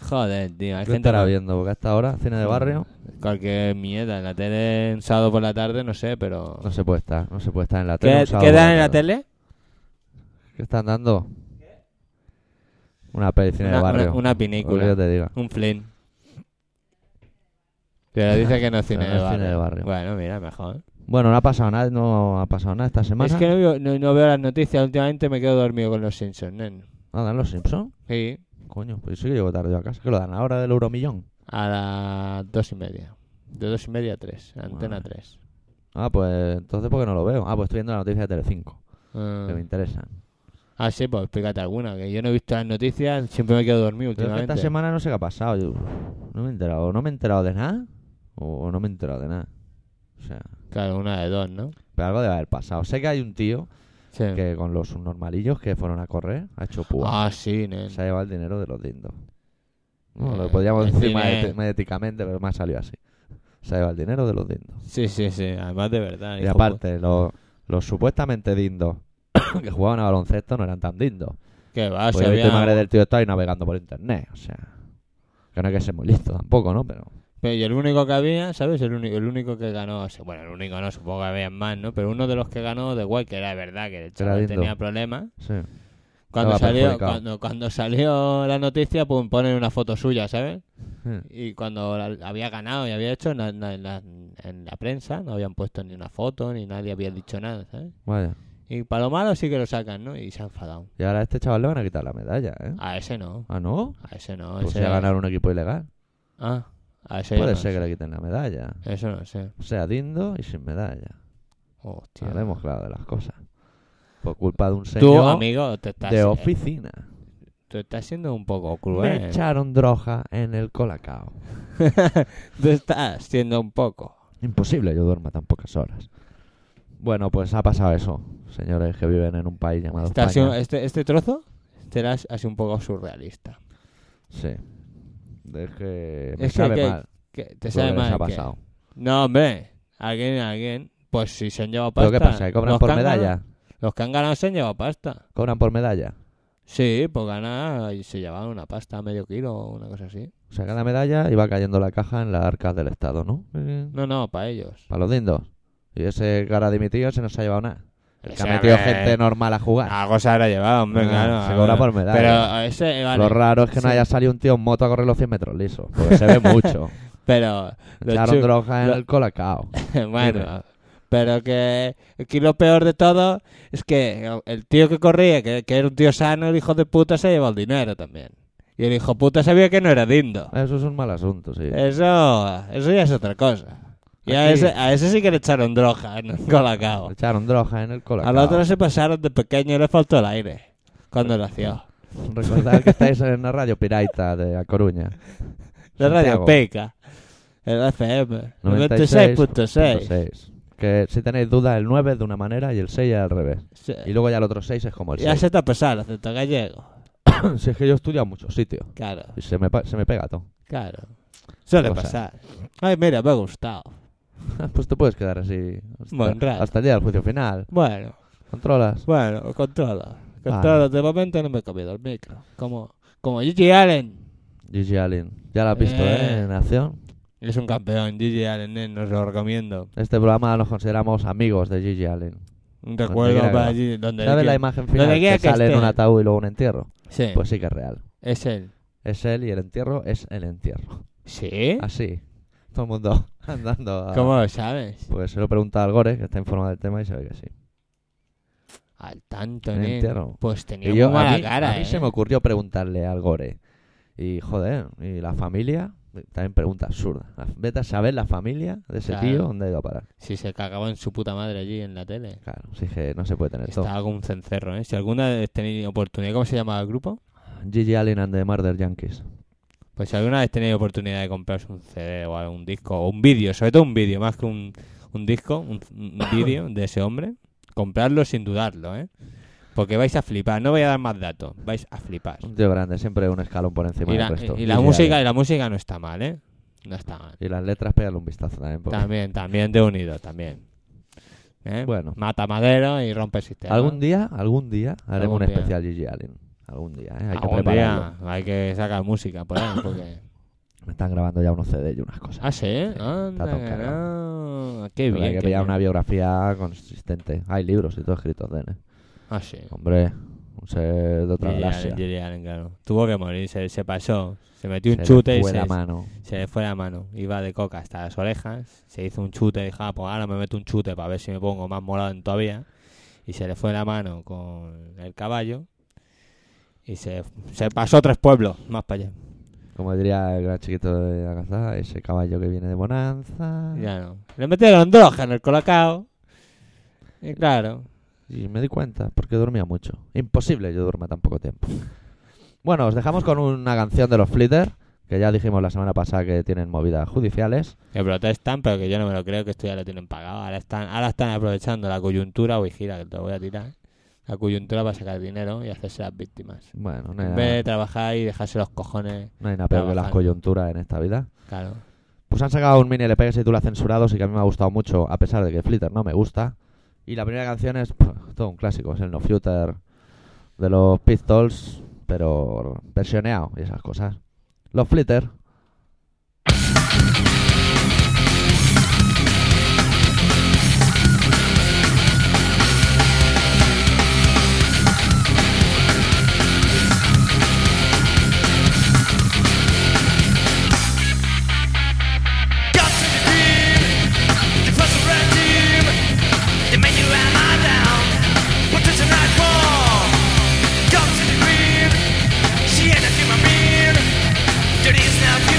B: Joder, tío, hay
C: ¿Qué
B: gente
C: estará
B: con
C: viendo? Porque hasta ahora, cine de barrio,
B: cualquier mierda. En la tele, un sábado por la tarde, no sé, pero.
C: no se puede estar. No se puede estar en la tele.
B: ¿Qué,
C: un sábado
B: qué
C: por
B: dan en la
C: tarde.
B: tele?
C: ¿Qué están dando? Una peli cine
B: Una,
C: de
B: una-
C: barrio.
B: una
C: Lo que yo
B: pinícula,
C: te diga.
B: un [laughs] flin. Pero dice que no es cine,
C: no
B: de,
C: es
B: barrio.
C: cine de barrio.
B: Bueno, mira, mejor.
C: Bueno, no ha pasado nada, no ha pasado nada esta semana.
B: Es que no veo, no- no veo las noticias, últimamente me quedo dormido con los Simpsons, nen.
C: Ah, dan los Simpsons.
B: Sí,
C: Coño, pues sí que llego tarde yo a casa. Que lo dan ahora del Euromillón.
B: a las dos y media. De dos y media a tres, antena
C: Madre.
B: tres.
C: Ah, pues entonces ¿por qué no lo veo? Ah, pues estoy viendo la noticia de Telecinco, que me
B: Ah,
C: interesan.
B: Ah, sí, pues explícate alguna, que yo no he visto las noticias, siempre me quedo dormido
C: Pero es que
B: últimamente.
C: esta semana no sé qué ha pasado. Yo, no me he enterado, no me he enterado de nada o no me he enterado de nada. O sea,
B: Claro, una de dos, ¿no?
C: pero algo debe haber pasado. Sé que hay un tío
B: Sí.
C: que con los subnormalillos que fueron a correr ha hecho púa.
B: Ah, sí, nen.
C: Se ha llevado el dinero de los dindos.
B: Eh,
C: No, lo podríamos
B: el
C: decir
B: cine-
C: mede- mediáticamente, pero me ha salido así. Se ha llevado el dinero de los dindos.
B: Sí, sí, sí, además de verdad.
C: Y
B: hijo
C: aparte, los, los supuestamente dindos [coughs] que jugaban a baloncesto no eran tan dindos.
B: pu- ¿Qué va?
C: Pues
B: si
C: yo he visto
B: había-
C: imágenes del tío está ahí navegando por internet, o sea... Que no hay que ser muy listo tampoco, ¿no? Pero...
B: Pero y el único que había, ¿sabes? El único, el único que ganó, se- bueno, el único no, supongo que había más, ¿no? Pero uno de los que ganó de guay, que era de verdad, que el chaval
C: lindo.
B: tenía problemas.
C: Sí.
B: Cuando
C: Estaba
B: salió,
C: perjudicado.
B: cuando, cuando salió la noticia, pues ponen una foto suya, ¿sabes?
C: Sí.
B: Y cuando la- había ganado y había hecho, na- na- en la, en la prensa no habían puesto ni una foto, ni nadie había dicho nada, ¿sabes?
C: Vaya.
B: Y para lo malo sí que lo sacan, ¿no? Y se ha enfadado.
C: Y ahora a este chaval le van a quitar la medalla, ¿eh?
B: A ese no,
C: ¿Ah, no?
B: a ese no.
C: Pues
B: ese-
C: se ha ganado un equipo ilegal.
B: Ah, a ese
C: Puede
B: no
C: ser
B: sé.
C: que le quiten la medalla.
B: Eso no sé.
C: O sea, dindo y sin medalla.
B: Hostia.
C: Hablemos claro de las cosas. Por culpa de un
B: Tú,
C: señor
B: amigo, te estás,
C: de oficina.
B: tú estás siendo un poco
C: Me
B: cruel.
C: echaron droga en el colacao.
B: [laughs] tú estás siendo un poco.
C: Imposible, yo duerma tan pocas horas. Bueno, pues ha pasado eso, señores que viven en un país llamado
B: Está así-
C: España.
B: este, este trozo será así un poco surrealista.
C: Sí. Es que me
B: Es que-
C: sabe
B: que-
C: mal
B: ¿Qué? ¿Te
C: Pues lo que
B: sabe
C: les
B: mal?
C: ha
B: ¿Qué?
C: pasado.
B: No, hombre. Alguien, alguien. Pues si se han llevado pasta.
C: ¿Pero qué pasa? ¿Que cobran
B: Los
C: por
B: que han ganado-
C: medalla?
B: Los que han ganado se han llevado pasta.
C: ¿Cobran por medalla?
B: Sí, pues ganar y se llevaban una pasta, medio kilo o una cosa así.
C: O sea, cada medalla iba cayendo la caja en las arcas del Estado, ¿no? Eh,
B: No, no, para ellos.
C: Para los dindos. Y ese cara dimitido se nos ha llevado nada. El que
B: O
C: ha
B: sea,
C: metido
B: que
C: gente normal a jugar.
B: Algo se habrá llevado, hombre,
C: Ah,
B: claro.
C: se cobra por medalla.
B: Pero ese, vale.
C: Lo raro es que no
B: Sí.
C: haya salido un tío en moto a correr los 100 metros lisos.
B: [laughs]
C: Porque se ve mucho.
B: Pero, [laughs] lo
C: Echaron
B: chu-
C: droga en
B: lo-
C: el colacao.
B: bueno. Pero que aquí lo peor de todo es que el- el tío que corría, que, que era un tío sano, el hijo de puta se llevó el dinero también. Y el hijo puta sabía que no era dindo.
C: Eso es un mal asunto, sí.
B: Eh, Eso, eso ya es otra cosa. Y a
C: Aquí-
B: ese, a ese sí que le echaron droga en el colacao.
C: Echaron droga en el colacao.
B: Al otro se pasaron de pequeño y le faltó el aire cuando nació.
C: Recordad que estáis en una radio piraita de A Coruña.
B: [laughs] La radio
C: Santiago.
B: Pica. El FM. 96.6.
C: 96.6. Que si tenéis dudas, el 9 es de una manera y el 6 es al revés. Y
B: Se-
C: luego ya el otro 6 es como el
B: Ya
C: 6.
B: se te ha pasado el acento gallego.
C: [laughs] Si es que yo he estudiado en muchos sitios.
B: Claro,
C: Y se me, pa- se me pega todo. [laughs]
B: claro. Suele
C: Pasa.
B: pasar. Ay, mira, me ha gustado.
C: Pues te puedes quedar así. Hasta,
B: Buen rato.
C: hasta el día del juicio final.
B: Bueno,
C: Controlas.
B: bueno, controla. Controla, de momento no me he comido el micro. Como, como Gigi Allen.
C: Gigi Allen. Ya la has visto,
B: Eh.
C: ¿eh? En acción.
B: Es un campeón, Gigi Allen, eh, nos lo recomiendo.
C: Este programa nos consideramos amigos de Gigi Allen.
B: Un recuerdo
C: quiera que
B: para
C: va.
B: Gigi. Donde
C: ¿Sabes
B: quiera.
C: la imagen final
B: Donde
C: que,
B: quiera que
C: sale en
B: esté. Eh.
C: un ataúd y luego un entierro?
B: Sí,
C: Pues sí que es real.
B: es él.
C: Es él y el entierro es el entierro.
B: ¿Sí?
C: Así. Todo el mundo [laughs]
B: ¿Eh?
C: andando. A...
B: Ah. ¿Cómo lo sabes?
C: Pues se lo pregunta al Gore, que está informado del tema y sabe que sí.
B: Al tanto,
C: El
B: ¿eh?
C: entierro.
B: Pues tenía
C: y yo,
B: muy mala
C: a mí,
B: cara,
C: a mí
B: ¿eh?
C: se me ocurrió preguntarle al Gore. Y joder, y la familia, también pregunta absurda. Vete a saber la familia de ese
B: Claro.
C: tío dónde ha ido a parar.
B: Si se cagaba en su puta madre allí en la tele.
C: Claro, sí que no se puede tener todo.
B: Está algún cencerro, ¿eh? Si alguna vez tenéis oportunidad, ¿cómo se llama el grupo?
C: Gigi Allen and the Murder Yankees.
B: Pues si alguna vez tenéis oportunidad de compraros un CD o algún disco, o un vídeo, sobre todo un vídeo, más que un, un disco, un,
C: [coughs]
B: un vídeo de ese hombre, compradlo sin dudarlo, ¿eh? Porque vais a flipar, no voy a dar más datos, vais a flipar.
C: Un tío grande, siempre un escalón por encima
B: Y
C: del
B: la,
C: resto.
B: y la
C: Gigi
B: música, y
C: Allen.
B: la música no está mal, ¿eh? No está mal.
C: Y las letras, pégale un vistazo también. porque-
B: También, también de unido, también. ¿Eh?
C: Bueno.
B: Mata madero y rompe sistema.
C: Algún día, algún día, haremos
B: Algún
C: un
B: día.
C: especial Gigi Allen. Algún día, ¿eh? hay que
B: Algún
C: prepararlo.
B: día hay que sacar música por ahí,
C: [laughs]
B: porque...
C: Me están grabando ya unos CDs y unas cosas.
B: Ah, sí, anda,
C: todo
B: que no. Qué
C: Pero
B: bien.
C: hay que
B: qué
C: pillar
B: bien.
C: una biografía consistente. Hay libros y todo escritos de él. ¿eh?
B: Ah, sí.
C: Hombre, un ser de otra
B: Gillian,
C: galaxia.
B: Gillian, claro. Tuvo que morir, se, se pasó. Se metió un
C: Se le
B: chute y
C: fue
B: se,
C: la mano.
B: se le fue la mano. Iba de coca hasta las orejas. Se hizo un chute y dijo, ah, pues ahora me meto un chute para ver si me pongo más morado en todavía. Y se le fue la mano con el caballo. Y se, se pasó tres pueblos más para allá.
C: Como diría el gran chiquito de Agazá, ese caballo que viene de Bonanza.
B: Ya no. Le metieron droga en el colacao. Y claro.
C: Y me di cuenta, porque dormía mucho. Imposible yo duerma tan poco tiempo. Bueno, os dejamos con una canción de los Flitter, que ya dijimos la semana pasada que tienen movidas judiciales.
B: Que protestan, pero que yo no me lo creo, que esto ya lo tienen pagado. Ahora están, ahora están aprovechando la coyuntura, o vigila, que te lo voy a tirar. La coyuntura para sacar dinero y hacerse las víctimas.
C: Bueno, no hay
B: En vez de
C: nada,
B: trabajar y dejarse los cojones,
C: no hay nada peor que las
B: trabajando.
C: coyunturas en esta vida.
B: claro.
C: Pues han sacado un mini LP que se titula Censurados y que a mí me ha gustado mucho, a pesar de que Flitter no me gusta. Y la primera canción es puf, todo un clásico, es el No Future de los Pistols, pero versioneado y esas cosas. Los Flitter.
D: Dirty is now
E: oh.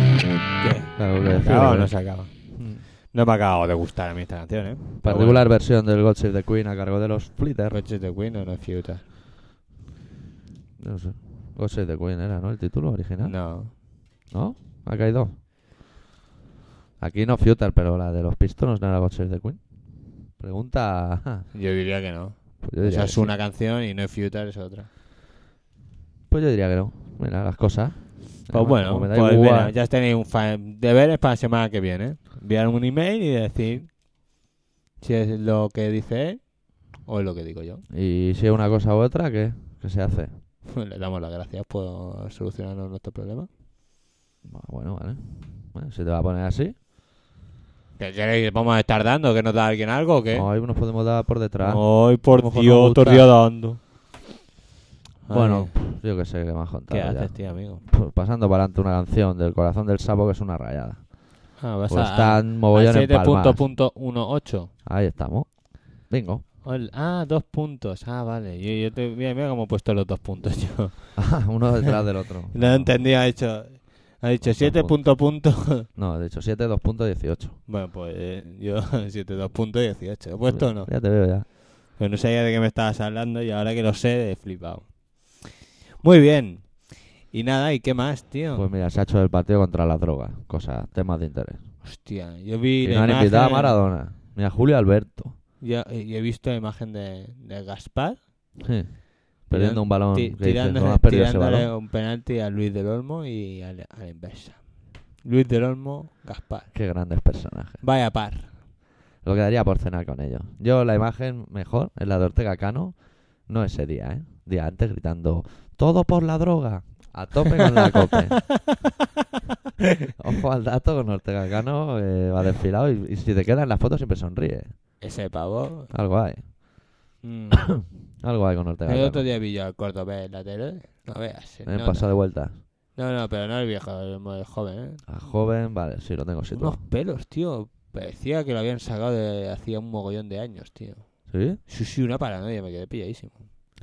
B: acaba o
C: creo.
B: no se acaba. No me ha acabado de gustar a mí esta canción, ¿eh?
C: Particular versión del God Save the Queen a cargo de los
B: Pero
C: Flitters.
B: bueno, Roches de Queen o no es Fiuta.
C: No sé. God Save the Queen era, ¿no? El título original.
B: No.
C: ¿No? Ha caído. Aquí no Future, pero la de los Pistons no era God Save the Queen. Pregunta.
B: Yo diría que no.
C: Pues yo diría
B: Esa
C: que
B: es
C: sí.
B: una canción y no es Fiuta, es otra.
C: Pues yo diría que no. Mira, las cosas.
B: Pues
C: Además,
B: bueno,
C: como me da
B: pues
C: igual.
B: mira, ya tenéis un fan deberes para la semana que viene. Enviar un email y decir si es lo que dice él o es lo que digo yo. [laughs]
C: Y si es una cosa u otra, ¿qué, ¿Qué se hace?
B: Le damos las gracias por solucionarnos nuestro problema.
C: Bueno, vale. Bueno, se te va a poner así.
B: ¿Qué queréis? ¿Vamos a estar dando? ¿Que nos da alguien algo o qué?
C: Hoy nos podemos dar por
B: Ay,
C: detrás. A lo
B: por
C: mejor
B: Dios,
C: no gusta.
B: otro día dando.
C: Bueno,
B: Ay,
C: yo qué sé, que me has contado.
B: ¿qué
C: ya.
B: haces, tío, amigo?
C: Pues pasando para adelante una canción del corazón del sapo que es una rayada.
B: Ah, vas
C: Pues
B: a-
C: están
B: a
C: mogollón empalmadas.
B: 7.18.
C: Ahí estamos. Bingo. [laughs]
B: Ol- Ah, dos puntos. Ah, vale. Yo, yo te, mira, mira cómo he puesto los dos puntos [laughs] yo.
C: Ah, Uno detrás
B: [laughs]
C: del otro.
B: No lo entendía, ha dicho. Ha dicho
C: Dos
B: 7 punto punto. [laughs]
C: No, de hecho, 7, 2.18.
B: Bueno, pues eh, yo [laughs] 7, 2 punto 18. ¿He puesto o no?
C: Ya te veo ya.
B: Pero no sabía de qué me estabas hablando y ahora que lo sé he flipado. Muy bien. Y nada, ¿y qué más, tío?
C: Pues mira, se ha hecho el partido contra las drogas. Cosas, temas de interés.
B: Hostia, yo vi.
C: Y
B: la
C: no han
B: imagen-
C: invitado a Maradona, ni a Julio Alberto.
B: Yo, yo he visto la imagen de, de Gaspar
C: Sí. Perdiendo un balón.
B: ti-
C: que dices,
B: tirándole,
C: ¿no has perdido ese
B: tirándole
C: balón?
B: un penalti a Luis del Olmo y al, al inversa. Luis del Olmo, Gaspar.
C: Qué grandes personajes.
B: Vaya par.
C: Lo quedaría por cenar con ellos. Yo la imagen mejor es la de Ortega Cano. No ese día, ¿eh? Día antes gritando, todo por la droga. A tope con la cope. Ojo al dato con Ortega Cano. eh, va desfilado y, y si te quedan las fotos siempre sonríe.
B: Ese pavo.
C: Algo hay.
B: [coughs] mm.
C: Algo hay con Ortega
B: El otro
C: Cano.
B: día vi yo al cordobés en la tele. No veas. eh,
C: Me he
B: no,
C: pasado de vuelta.
B: no, no, pero no el viejo, el mo- el joven. ¿eh?
C: A joven, vale, sí, lo tengo
B: Unos
C: situado.
B: pelos, tío. Parecía que lo habían sacado de hacía un mogollón de años, tío.
C: ¿Sí?
B: Sí, sí, una paranoia, me quedé pilladísimo.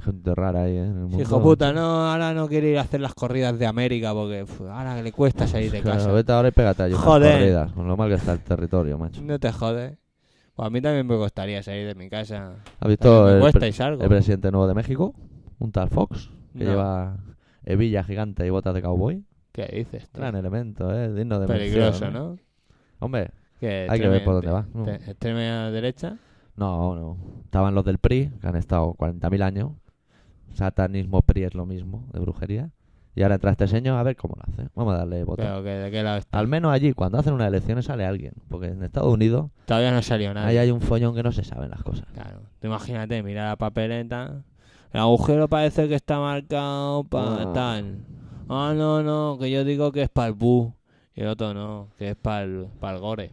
C: Gente rara ahí, ¿eh? En el
B: Sí,
C: mundo.
B: hijo puta, no, ahora no quiere ir a hacer las corridas de América porque pf, ahora que le cuesta salir de
C: [laughs] Claro,
B: casa.
C: vete ahora y pégate a
B: Joder.
C: Joder. corridas, con lo mal que está el territorio, macho.
B: No te jodes. Pues a mí también me costaría salir de mi casa.
C: ¿Has visto
B: También me
C: el,
B: cuesta
C: pre-
B: y salgo.
C: el presidente nuevo de México? Un tal Fox, que
B: No.
C: lleva hebilla gigante y botas de cowboy.
B: ¿Qué dices? tío?
C: Gran elemento, ¿eh? Digno de
B: Peligroso,
C: mención, ¿eh?
B: ¿no?
C: Hombre,
B: Que
C: Hay que ver por
B: extrema-
C: dónde va, ¿no?
B: te- Extrema derecha.
C: no, no. Estaban los del PRI, que han estado 40.000 años. Satanismo PRI es lo mismo, de brujería. Y ahora entra este señor a ver cómo lo hace. Vamos a darle votos.
B: Pero que de qué lado está.
C: Al menos allí, cuando hacen unas elecciones, sale alguien. Porque en Estados Unidos,
B: Todavía no salió nada.
C: ahí hay un follón que no se saben las cosas.
B: Claro, tú imagínate, mira la papeleta. El agujero parece que está marcado para
C: Ah.
B: tal. Ah, no, no, que yo digo que es para el bu. Y el otro no, que es para el, gore.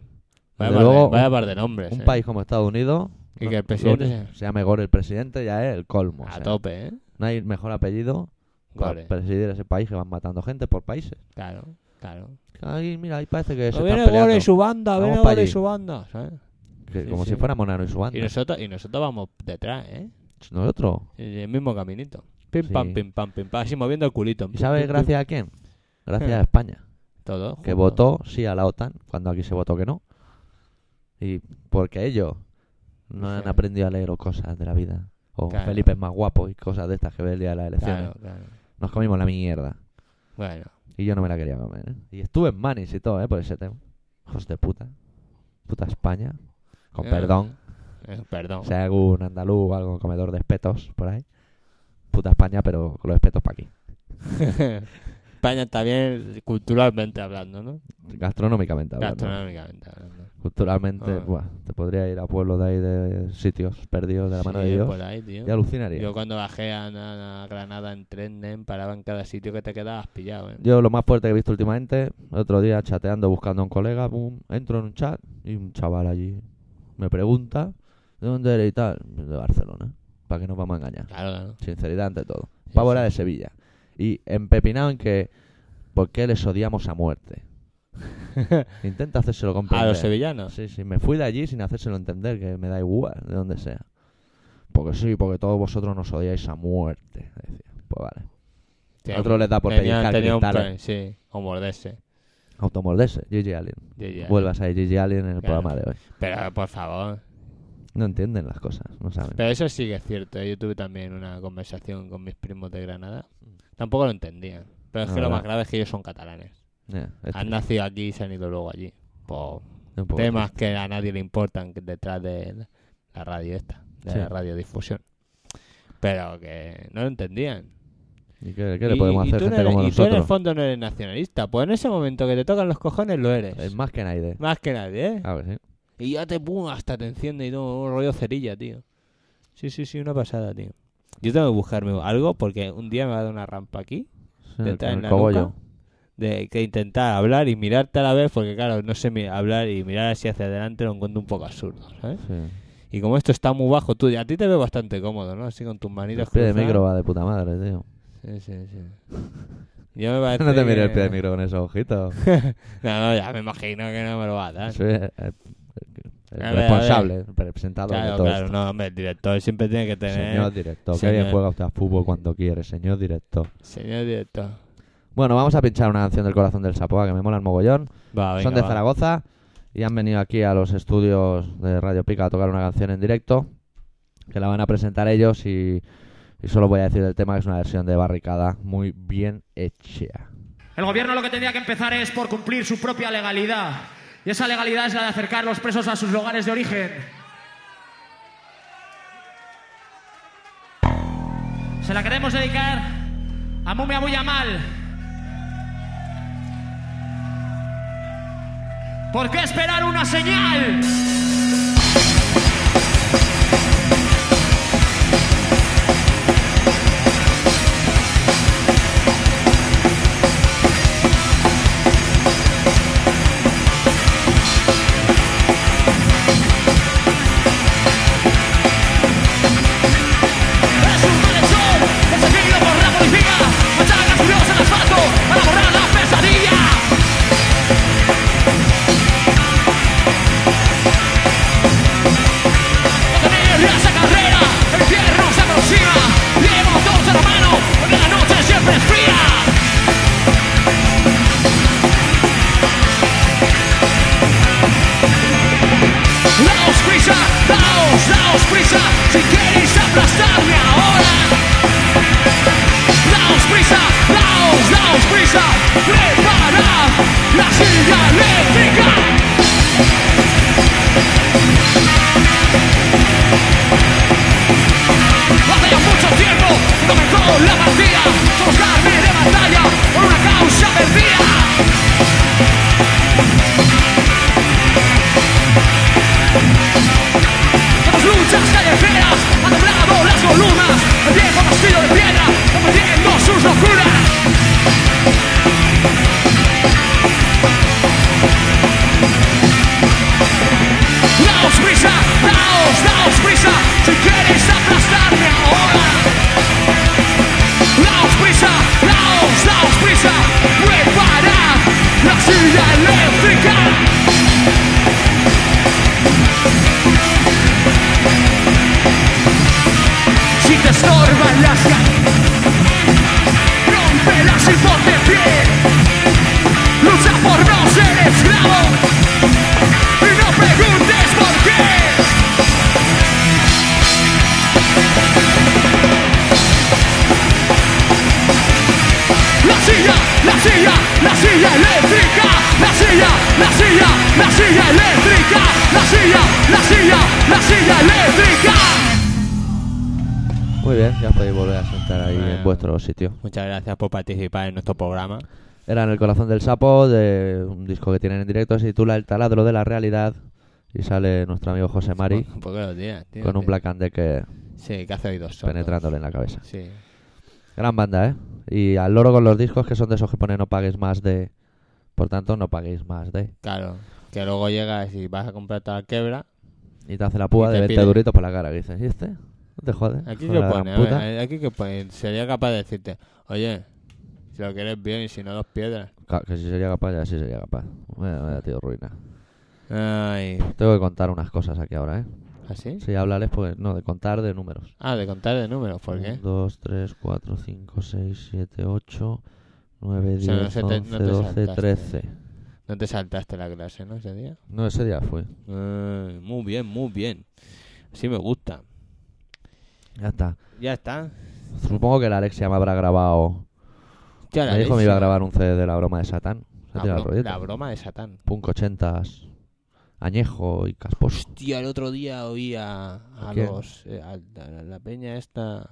B: Vaya par,
C: Desde
B: de,
C: luego,
B: vaya
C: un-
B: par de nombres.
C: Un
B: eh.
C: país como Estados Unidos,
B: Y
C: no-
B: que el presidente
C: lo
B: sea
C: se llame Gore el presidente, ya es el colmo. o
B: a
C: sea,
B: tope, ¿eh?
C: No hay mejor apellido
B: Gore.
C: para presidir pues ese país que van matando gente por países.
B: Claro, claro.
C: Ahí, mira, ahí parece que se
B: Pero
C: están
B: viene
C: peleando.
B: gore y su banda,
C: Vamos
B: viene
C: pa'
B: gore y
C: allí.
B: su banda. ¿sabes?
C: que
B: sí,
C: como
B: sí.
C: si fuera Monaro y su banda.
B: Y, nosotros, y nosotros vamos detrás, ¿eh?
C: Nosotros.
B: En el Eh, mismo caminito. Pim,
C: Sí.
B: pam, pim, pam, pim, pam. Así moviendo el culito.
C: ¿Y sabes
B: Pim, pim,
C: gracias a quién? Gracias
B: Eh.
C: a España,
B: pim. Todo.
C: que
B: junto.
C: votó sí a la OTAN cuando aquí se votó que no. Y porque ellos no han
B: Sí.
C: aprendido a leer o cosas de la vida. O
B: Claro.
C: Felipe es más guapo y cosas de estas que ve el día de las elecciones.
B: Claro, claro.
C: Nos comimos la mierda.
B: Bueno.
C: Y yo no me la quería comer, ¿eh? Y estuve en Manis y todo, ¿eh? Por ese tema. Hijos de puta. Puta España. Con
B: Eh,
C: perdón.
B: eh, perdón. [laughs]
C: Si hay algún andaluz o algún comedor de espetos por ahí. Puta España, pero con los espetos para aquí.
B: España está bien culturalmente hablando, ¿no?
C: Gastronómicamente hablando.
B: Gastronómicamente hablando.
C: Culturalmente,
B: Ah.
C: buah, te podría ir a pueblos de ahí, de sitios perdidos de la mano
B: Sí,
C: de Dios.
B: por ahí, tío.
C: Y alucinaría.
B: Yo cuando bajé a, na- a Granada en tren, nen, paraba en cada sitio que te quedabas pillado, ¿eh?
C: Yo lo más fuerte que he visto últimamente, el otro día chateando, buscando a un colega, boom, entro en un chat y un chaval allí me pregunta, ¿de dónde eres y tal? De Barcelona. ¿Para qué nos vamos a engañar?
B: Claro, claro.
C: Sinceridad ante todo.
B: Sí,
C: Pavo era
B: sí.
C: de Sevilla. Y empepinado en que, ¿por qué les odiamos
B: [laughs]
C: a muerte? Intenta hacérselo
B: A
C: comprender.
B: los sevillanos.
C: Sí, sí, me fui de allí sin hacérselo entender, que me da igual de donde sea. Porque sí, porque todos vosotros nos odiáis a muerte. Decía. Pues vale.
B: Tienen-
C: A otros les da por
B: tenían-
C: pellizcar
B: tenían un
C: cristales.
B: plan, sí, o morderse.
C: Automorderse, Gigi Allen.
B: Gigi
C: Vuelve a salir Gigi Allen en el
B: Claro.
C: programa de hoy.
B: Pero por favor.
C: No entienden las cosas, no saben.
B: Pero eso sí que es cierto. ¿eh? Yo tuve también una conversación con mis primos de Granada. Tampoco lo entendían. Pero es
C: Ah,
B: que lo
C: Mm. ¿verdad?
B: más grave es que ellos son catalanes.
C: Ya, es Pues,
B: Han nacido aquí y se han ido luego allí. Por
C: un poco
B: temas que a nadie le importan que detrás de la- la radio esta, de
C: Sí.
B: la radiodifusión. Pero que no lo entendían.
C: triste. ¿Y qué, qué le
B: Y-
C: podemos
B: y
C: hacer
B: tú no
C: gente
B: eres-
C: como
B: y tú en el
C: nosotros?
B: fondo no eres nacionalista. Pues en ese momento que te tocan los cojones lo eres.
C: Es más que nadie.
B: Más que nadie, ¿eh?
C: A ver, sí.
B: Y ya te pum, hasta te enciende y todo, un rollo cerilla, tío. Sí, sí, sí, una pasada, tío. Yo tengo que buscarme algo porque un día me va a dar una rampa aquí,
C: Sí,
B: te
C: con
B: traen
C: el
B: la
C: cogollo.
B: nuca. de que intentar hablar y mirarte a la vez, porque claro, no sé mi- hablar y mirar así hacia adelante lo encuentro un poco absurdo, ¿sabes?
C: Sí.
B: Y como esto está muy bajo, tú, a ti te veo bastante cómodo, ¿no? Así con tus
C: El
B: manitas
C: pie de
B: cruzadas.
C: micro va de puta madre, tío.
B: Sí, sí, sí. Yo me parece
C: [laughs] No te mires
B: que-
C: el pie de micro con esos
B: [laughs]
C: ojitos.
B: No, no, ya me imagino que no me lo va a dar.
C: Sí, el, el- el
B: A ver, a ver.
C: responsable, el presentador de
B: claro,
C: todo
B: claro,
C: esto.
B: no, hombre, el director siempre tiene que tener...
C: Señor director, que
B: Señor.
C: bien juega usted a fútbol cuando quiere, señor director.
B: Señor director.
C: Bueno, vamos a pinchar una canción del corazón del Sapoa que me mola el mogollón.
B: Va, venga,
C: Son de
B: va.
C: Zaragoza y han venido aquí a los estudios de Radio Pica a tocar una canción en directo que la van a presentar ellos y, y solo voy a decir del tema que es una versión de barricada muy bien hecha.
E: El gobierno lo que tendría que empezar es por cumplir su propia legalidad. Y esa legalidad es la de acercar los presos a sus lugares de origen. Se la queremos dedicar a Mumia Buyamal. ¿Por qué esperar una señal? Eres un malhechor, perseguido por la policía. Machaca tus dedos en asfalto para borrar la pesadilla. No tener esa carrera, el infierno se aproxima. Llevo todos a la mano, porque la noche siempre es fría. Daos prisa, daos, daos prisa, si queréis aplastarme ahora. Daos prisa, daos, daos prisa, preparad la silla eléctrica. Hace ya mucho tiempo comenzó la partida, somos carne de batalla por una causa perdida. En las luchas callejeras han doblado las columnas El viejo castillo de piedra compartiendo sus locuras Daos prisa, daos, daos prisa Si queréis aplastarme ahora Daos prisa, daos, daos prisa Preparad la silla eléctrica si te estorban las ganas. Rómpelas y ponte de pie. Lucha por no ser esclavo. Y no preguntes por qué. La silla, la silla, la silla eléctrica. La silla, la silla, la silla eléctrica. La silla, la silla, la silla eléctrica.
C: Muy bien, ya podéis volver a sentar ahí en
B: Bueno.
C: vuestro sitio.
B: Muchas gracias por participar en nuestro programa.
C: Era en el corazón del sapo, de un disco que tienen en directo, se titula El taladro de la realidad y sale nuestro amigo José Mari
B: ¿Por qué lo tiras, tío?
C: con un Black and Decker
B: Sí, que hace oídos sordos.
C: penetrándole en la cabeza.
B: Sí.
C: Gran banda, ¿eh? Y al loro con los discos que son de esos que pone no pagues más de... Por tanto, no paguéis más de...
B: Claro. Que luego llegas y vas a comprar toda la quebra.
C: Y te hace la púa
B: Y
C: de
B: te
C: 20
B: pide.
C: duritos por la cara. Que dices, ¿y este? No te jodes.
B: Aquí
C: hijo
B: que
C: de la gran
B: pone, a ver, eh,
C: puta".
B: aquí que pone. Sería capaz de decirte, oye, si lo quieres bien y si no, dos piedras.
C: Ca- Que si sería capaz, ya sí sería capaz. Mira, mira, tío, ruina.
B: Ay.
C: Tengo que contar unas cosas aquí ahora, ¿eh?
B: ¿Así?
C: Sí, hablarles, pues, no, de contar de números.
B: Ah, de contar de números, ¿por qué?
C: 2, 3, 4, 5, 6, 7, 8, 9,
B: O sea, no
C: 10,
B: se te- no
C: 11,
B: te
C: 12,
B: saltaste.
C: 13.
B: No te saltaste la clase, ¿no? Ese día.
C: No, ese día fui.
B: Ah, muy bien, muy bien. Así me gusta.
C: Ya está.
B: Ya está.
C: Supongo que la Alexia me habrá grabado.
B: Ya la
C: me dijo que me
B: leche.
C: iba a grabar un CD de la broma de Satán. Se ha
B: La,
C: tirado
B: bro-
C: el rollito.
B: Ah, la broma de Satán.
C: Punk 80s, añejo y casposo.
B: Tío, el otro día oí a, a
C: ¿A quién?
B: los. eh, a, a la peña esta.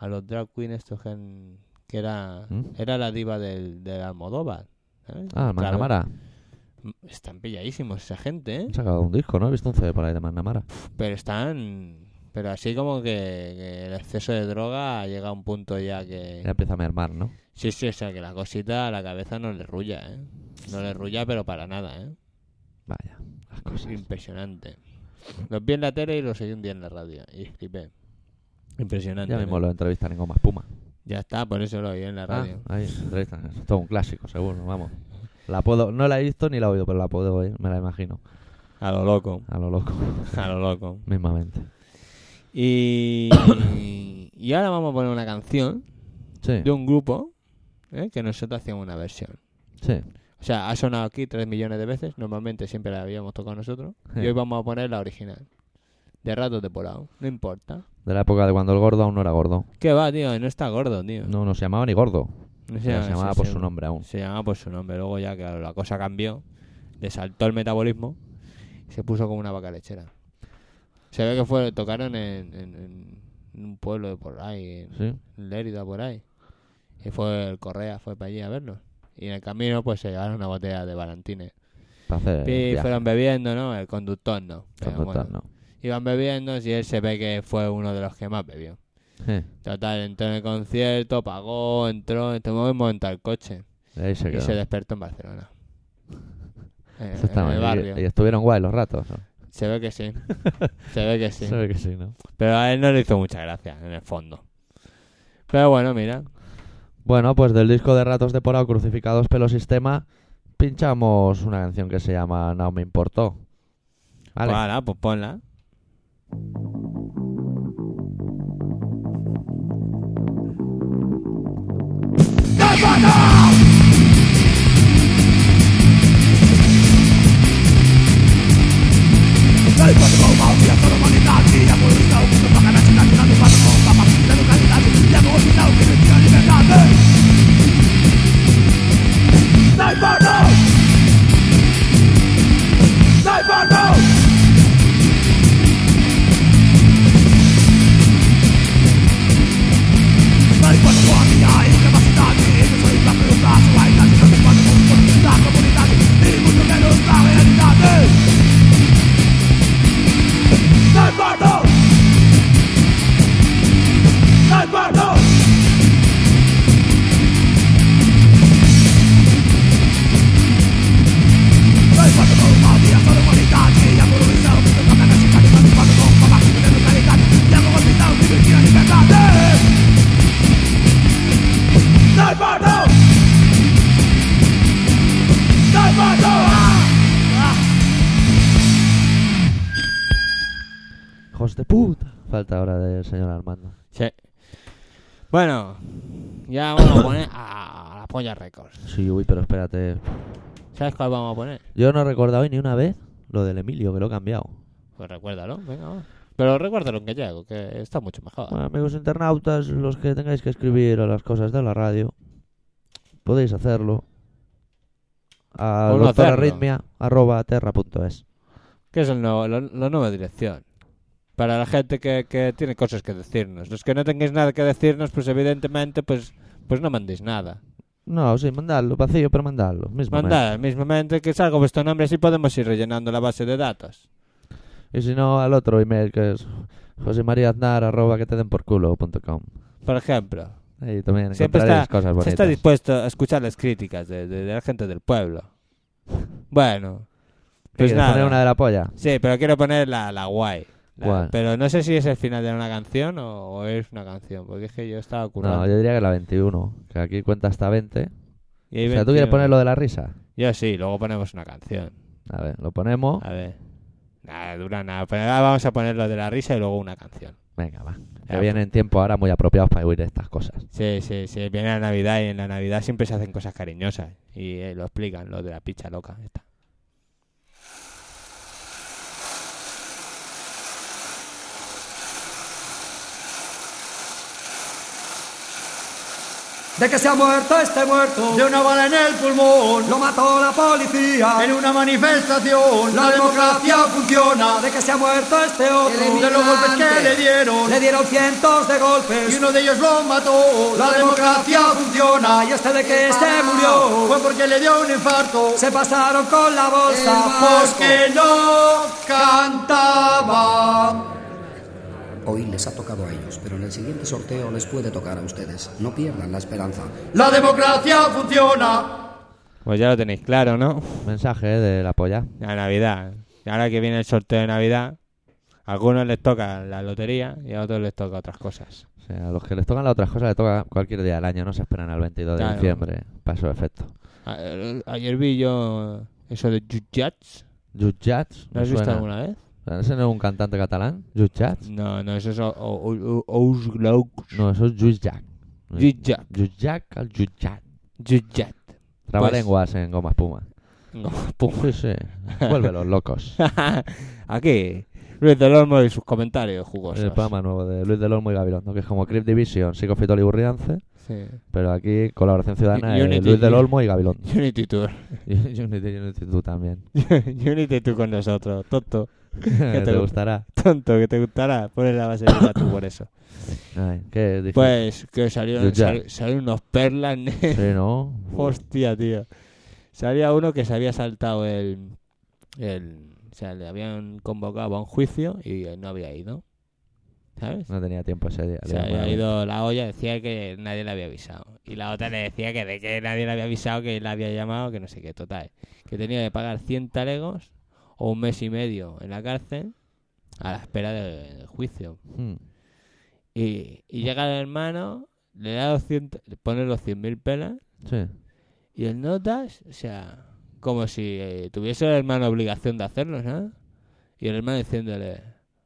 B: A los drag queen estos que, han- que era.
C: ¿Mm?
B: Era la diva del, del Almodóvar. ¿sabes?
C: Ah,
B: Claro,
C: Magnamara.
B: Están pilladísimos esa gente, ¿eh?
C: [laughs] Han sacado un disco, ¿no? He visto un CD por ahí de Magnamara.
B: Pero están. Pero así como que, que el exceso de droga llega a un punto ya que.
C: Ya empieza a mermar, ¿no?
B: Sí, sí, o sea que la cosita a la cabeza no le rulla, ¿eh? No le rulla, pero para nada, ¿eh?
C: Vaya, las cosas.
B: Impresionante. Los vi en la tele y los seguí un día en la radio. Y flipé. Impresionante.
C: Ya
B: ¿eh?
C: mismo lo entrevistan en Gomas Puma.
B: Ya está, por eso lo oí en la radio.
C: Ah, ahí, entrevistan. Es todo un clásico, seguro, vamos. La puedo, no la he visto ni la he oído, pero la puedo oír, me la imagino.
B: A lo loco.
C: A lo loco, [laughs]
B: A lo loco.
C: mismamente.
B: Y... [coughs] y ahora vamos a poner una canción
C: Sí,
B: de un grupo ¿eh? que nosotros hacíamos una versión.
C: sí.
B: O sea, ha sonado aquí 3 millones de veces. Normalmente siempre la habíamos tocado nosotros. Y
C: Sí.
B: hoy vamos a poner la original. De rato de porado. No importa.
C: De la época de cuando el gordo aún no era gordo.
B: ¿Qué va, tío? No está gordo, tío.
C: No, no se llamaba ni gordo.
B: No
C: Se, llamaba
B: sí,
C: por
B: sí.
C: su nombre aún.
B: Se llamaba por su nombre. Luego ya, claro, la cosa cambió. Le saltó el metabolismo. Y se puso como una vaca lechera. Se ve que fue tocaron en, en- en un pueblo de por ahí, en
C: Sí.
B: Lérida, por ahí. Y fue el Correa, fue para allí a vernos. Y en el camino, pues se llevaron una botella de Valentines.
C: Para hacer
B: y
C: viaje,
B: fueron bebiendo, ¿no? El conductor no. Pero
C: conductor,
B: Eh, bueno, Iban bebiendo y él se ve que fue uno de los que más bebió.
C: ¿no? Eh,
B: Total, entró en el concierto, pagó, entró, estuvimos montado el coche.
C: ahí se
B: Y
C: quedó.
B: se despertó en [laughs] Barcelona. Eh,
C: Eso está
B: en el
C: mal. Y-
B: barrio.
C: Y, estuvieron guay los ratos. ¿no?
B: Se ve que [laughs] sí. Se ve que sí.
C: Se ve que sí, ¿no?
B: Pero a él no le hizo mucha gracia, en el fondo. Pero bueno, mira.
C: Bueno, pues del disco de Ratos de Porao Crucificados pelo sistema pinchamos una canción que se llama No me importó. Vale.
B: Pues, ala, pues ponla.
C: Hijos de puta. Falta ahora del señor Armando.
B: Sí. Bueno, ya vamos a poner a la polla Records.
C: Sí, uy, pero espérate.
B: ¿Sabes cuál vamos a poner?
C: Yo no he recordado hoy ni una vez lo del Emilio, que lo he cambiado.
B: Pues recuérdalo, venga, va. Pero recuérdalo que llego, que está mucho mejor.
C: Bueno, amigos internautas, los que tengáis que escribir a las cosas de la radio, podéis hacerlo a
B: O no hacerlo.
C: doctorarritmia.terra.es.
B: Que es el nuevo- lo- la nueva dirección. Para la gente que, que tiene cosas que decirnos. Los que no tengáis nada que decirnos, pues evidentemente, pues, pues no mandéis nada.
C: No, sí, mandadlo, vacío, pero mandadlo. mismo
B: Mandad mismamente que salga vuestro nombre, así podemos ir rellenando la base de datos.
C: Y si no, al otro email que es josemariaznar arroba que te den por culo punto com.
B: Por ejemplo,
C: Ahí también
B: Siempre
C: encontraréis
B: está-
C: cosas
B: se
C: bonitas.
B: está dispuesto a escuchar las críticas de, de- de la gente del pueblo. [laughs] Bueno,
C: ¿Qué
B: pues
C: quieres,
B: nada.
C: poner una de la polla?
B: Sí, pero quiero poner la, la guay. La-
C: ¿Cuál?
B: pero no sé si es el final de una canción o, o es una canción, porque es que yo estaba currando.
C: No, yo diría que la 21, que aquí cuenta hasta 20.
B: Y ahí
C: o sea, ¿tú
B: 21.
C: quieres poner lo de la risa?
B: Yo sí, luego ponemos una canción.
C: A
B: Ah.
C: ver, lo ponemos.
B: A ver. Nada, dura nada. Pero ahora vamos a poner lo de la risa y luego una canción.
C: Venga, va. Que
B: Ya,
C: vienen tiempos ahora muy apropiados para huir de estas cosas.
B: Sí, sí, sí. Viene la Navidad y en la Navidad siempre se hacen cosas cariñosas. Y eh, lo explican, lo de la picha loca. Esta.
F: De que se ha muerto este muerto De una bala en el pulmón Lo mató la policía En una manifestación La democracia funciona De que se ha muerto este otro De los golpes que le dieron Le dieron cientos de golpes Y uno de ellos lo mató La democracia funciona Y este de que se murió Fue porque le dio un infarto Se pasaron con la bolsa Porque no cantaba
G: Hoy les ha tocado a ellos, pero en el siguiente sorteo les puede tocar a ustedes. No pierdan la esperanza.
F: La democracia funciona
B: Pues ya lo tenéis claro, ¿no?
C: Mensaje ¿eh? de la polla.
B: La Navidad. Y ahora que viene el sorteo de Navidad, a algunos les toca la lotería y a otros les toca otras cosas.
C: O sea, a los que les tocan las otras cosas les toca cualquier día del año, no se esperan al 22 de
B: Claro.
C: diciembre para esos efectos.
B: A- el- Ayer vi yo eso de Jutjats.
C: Jutjats,
B: ¿Lo
C: me
B: has visto
C: suena.
B: alguna vez?
C: ¿Ese no es un cantante catalán? Jutjats.
B: No, no, eso es o- o- o- Ouslaux.
C: No, eso es Jutjat.
B: Jutjat.
C: Jutjat al Jutjat.
B: Jutjat.
C: Trabalenguas en goma espuma.
B: No,
C: Sí, sí. Vuelve los locos.
B: [laughs] Aquí, Luis del Olmo y sus comentarios jugosos.
C: El programa nuevo de Luis del Olmo y Gabilondo, que es como Crip Division, Psicofitol y Burriance,
B: Sí.
C: pero aquí colaboración ciudadana
B: Y-
C: es
B: Unity.
C: Luis del Olmo y Gabilondo.
B: [laughs] Unity Tour.
C: Y Unity, Unity tú [laughs] también.
B: [laughs] Unity Tour con nosotros, tonto.
C: te,
B: te-
C: gustará.
B: Tonto, que te gustará. Pones la base de tú por eso.
C: Ay, ¿Qué dije?
B: Pues que salieron,
C: Jutjat.
B: sal- salieron unos perlas negras.
C: Sí, ¿no?
B: [laughs] Hostia, tío. Salía uno que se había saltado el, el... O sea, le habían convocado a un juicio y él no había ido. ¿Sabes?
C: No tenía tiempo ese día.
B: Se
C: le
B: había
C: llamaba.
B: ido la olla, decía que nadie le había avisado. Y la otra le decía que de que nadie le había avisado, que la había llamado, que no sé qué, total. Que tenía que pagar 100 talegos o un mes y medio en la cárcel a la espera del juicio.
C: Hmm.
B: Y, y llega el hermano, le da 200, le pone los 100.000 pelas
C: Sí.
B: y el notas, o sea, como si eh, tuviese el hermano obligación de hacerlo, ¿sabes? Y el hermano diciéndole,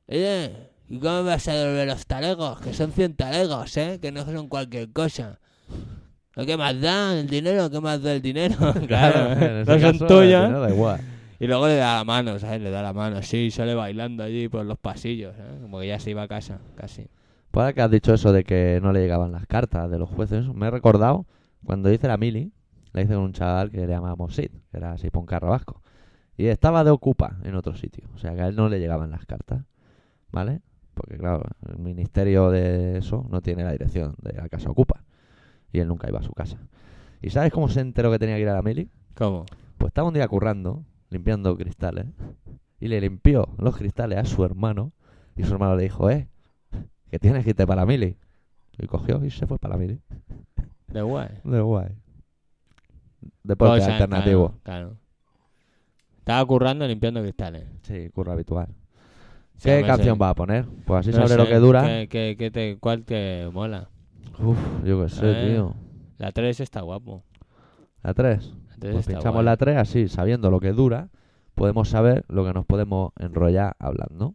B: oye, ¿y cómo vas a devolver los talegos? Que son 100 talegos, ¿eh? Que no son cualquier cosa. ¿Lo que más da? ¿El dinero? ¿Qué más da el dinero? [laughs]
C: [laughs] en
B: claro, ¿eh?
C: ese
B: no son
C: caso,
B: tuyos.
C: no da igual.
B: Y luego le da la mano, ¿sabes? Le da la mano, sí, sale bailando allí por los pasillos, ¿eh? Como que ya se iba a casa, casi.
C: Pues ahora que has dicho eso de que no le llegaban las cartas de los jueces, me he recordado cuando hice la mili, la hice con un chaval que le llamábamos Sid, que era Sipón Carrabasco. Y estaba de ocupa en otro sitio, o sea que a él no le llegaban las cartas, ¿vale? Porque claro, el ministerio de eso no tiene la dirección de la casa ocupa. Y él nunca iba a su casa. ¿Y sabes cómo se enteró que tenía que ir a la mili?
B: ¿Cómo?
C: Pues estaba un día currando, limpiando cristales, y le limpió los cristales a su hermano, y su hermano le dijo, eh, que tienes que irte para la mili. Y cogió y se fue para la mili.
B: De guay.
C: De guay. Deporte
B: Cosa,
C: alternativo.
B: Claro, claro. Estaba currando limpiando cristales.
C: Sí, curro habitual.
B: Sí,
C: ¿Qué
B: hombre,
C: canción
B: sí.
C: va a poner? Pues así
B: No
C: sabré
B: sé,
C: lo que dura.
B: ¿qué- qué- qué te- ¿Cuál te mola?
C: Uf, yo qué sé,
B: Eh.
C: tío.
B: La 3 está guapo.
C: La 3.
B: La 3
C: Pues
B: está
C: pinchamos
B: guay.
C: la 3 así, sabiendo lo que dura, podemos saber lo que nos podemos enrollar hablando.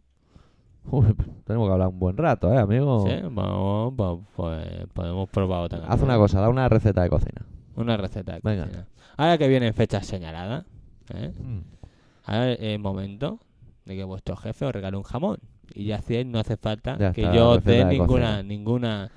C: Uy, [laughs] tenemos que hablar un buen rato, ¿eh, amigo?
B: Sí, vamos, po- pues podemos probar otra.
C: Haz
B: canción.
C: una cosa, da una receta de cocina.
B: Una receta. de
C: Venga.
B: cocina. Ahora que vienen fechas señaladas, ¿eh?
C: Mm.
B: ahora es momento de que vuestro jefe os regale un jamón. Y ya hacéis, no hace falta
C: Ya
B: que
C: está,
B: yo
C: la
B: os dé
C: receta de
B: ninguna,
C: cocina.
B: ninguna,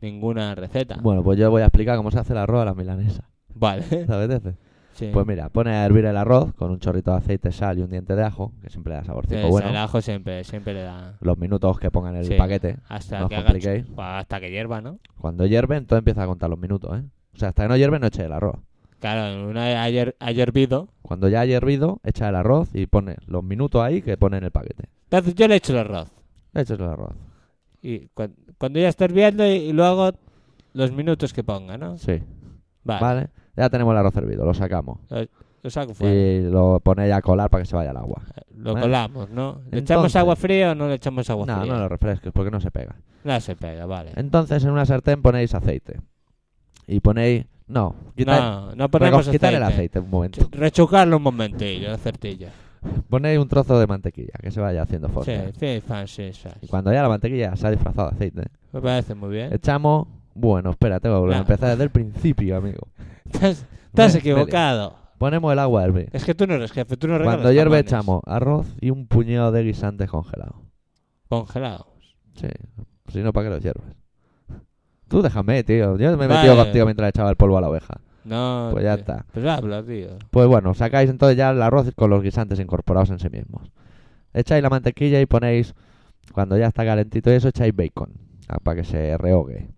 B: ninguna receta.
C: Bueno, pues yo voy a explicar cómo se hace el arroz a la milanesa.
B: Vale. [laughs]
C: ¿Te apetece?
B: Sí.
C: Pues mira, pones a hervir el arroz con un chorrito de aceite, sal y un diente de ajo, que siempre da
B: Sí,
C: saborcito
B: o sea,
C: pues bueno.
B: el ajo siempre, siempre le da.
C: Los minutos que pongan en el
B: Sí.
C: paquete.
B: Hasta
C: no os
B: que haga
C: compliquéis.
B: chu- hasta que hierva, ¿no?
C: Cuando hierve, entonces empieza a contar los minutos, ¿eh? O sea, hasta que no hierve, no eches el arroz.
B: Claro, una vez ayer, ayer vido.
C: Cuando ya haya hervido, echa el arroz y pones los minutos ahí que pone en el paquete.
B: Entonces yo le echo el arroz.
C: Echas el arroz.
B: Y cuan- cuando ya esté hirviendo y, y luego los minutos que ponga, ¿no?
C: Sí.
B: Ah. Vale.
C: Vale. Ya tenemos el arroz hervido, lo sacamos.
B: Lo saco fuera.
C: Y lo ponéis a colar para que se vaya el agua.
B: Lo
C: Eh, vale.
B: colamos, ¿no? ¿Le echamos
C: Entonces-
B: agua fría o no le echamos agua
C: No,
B: fría?
C: no Eh, lo refresques porque no se pega.
B: No se pega, vale.
C: Entonces en una sartén ponéis aceite. Y ponéis... No, quitar,
B: no, no ponemos
C: quitar el
B: aceite.
C: aceite un momento.
B: Rechucarlo un momentillo, el certillo.
C: Ponéis un trozo de mantequilla que se vaya haciendo
B: Sí,
C: fuerte.
B: sí, fan, sí, sí.
C: Y Eh, cuando ya la mantequilla se ha disfrazado de aceite,
B: Me parece muy bien.
C: echamos. Bueno, espérate, voy a volver a
B: ¿Eh? Ya.
C: empezar desde el principio, amigo.
B: [laughs] Estás, estás
C: Vale,
B: equivocado.
C: Ponemos el agua a hervir.
B: Es que tú no eres jefe, tú no regalas
C: Cuando hierve
B: jamones
C: echamos arroz y un puñado de guisantes congelados.
B: Congelados.
C: Sí, si no, ¿para qué los hierves? Tú déjame, tío. Yo me he metido
B: Vale.
C: contigo mientras le echaba el polvo a la oveja.
B: No.
C: Pues ya
B: tío.
C: está.
B: Pues habla, tío.
C: Pues bueno, sacáis entonces ya el arroz con los guisantes incorporados en sí mismos. Echáis la mantequilla y ponéis, cuando ya está calentito y eso, echáis bacon ah, para que se rehogue.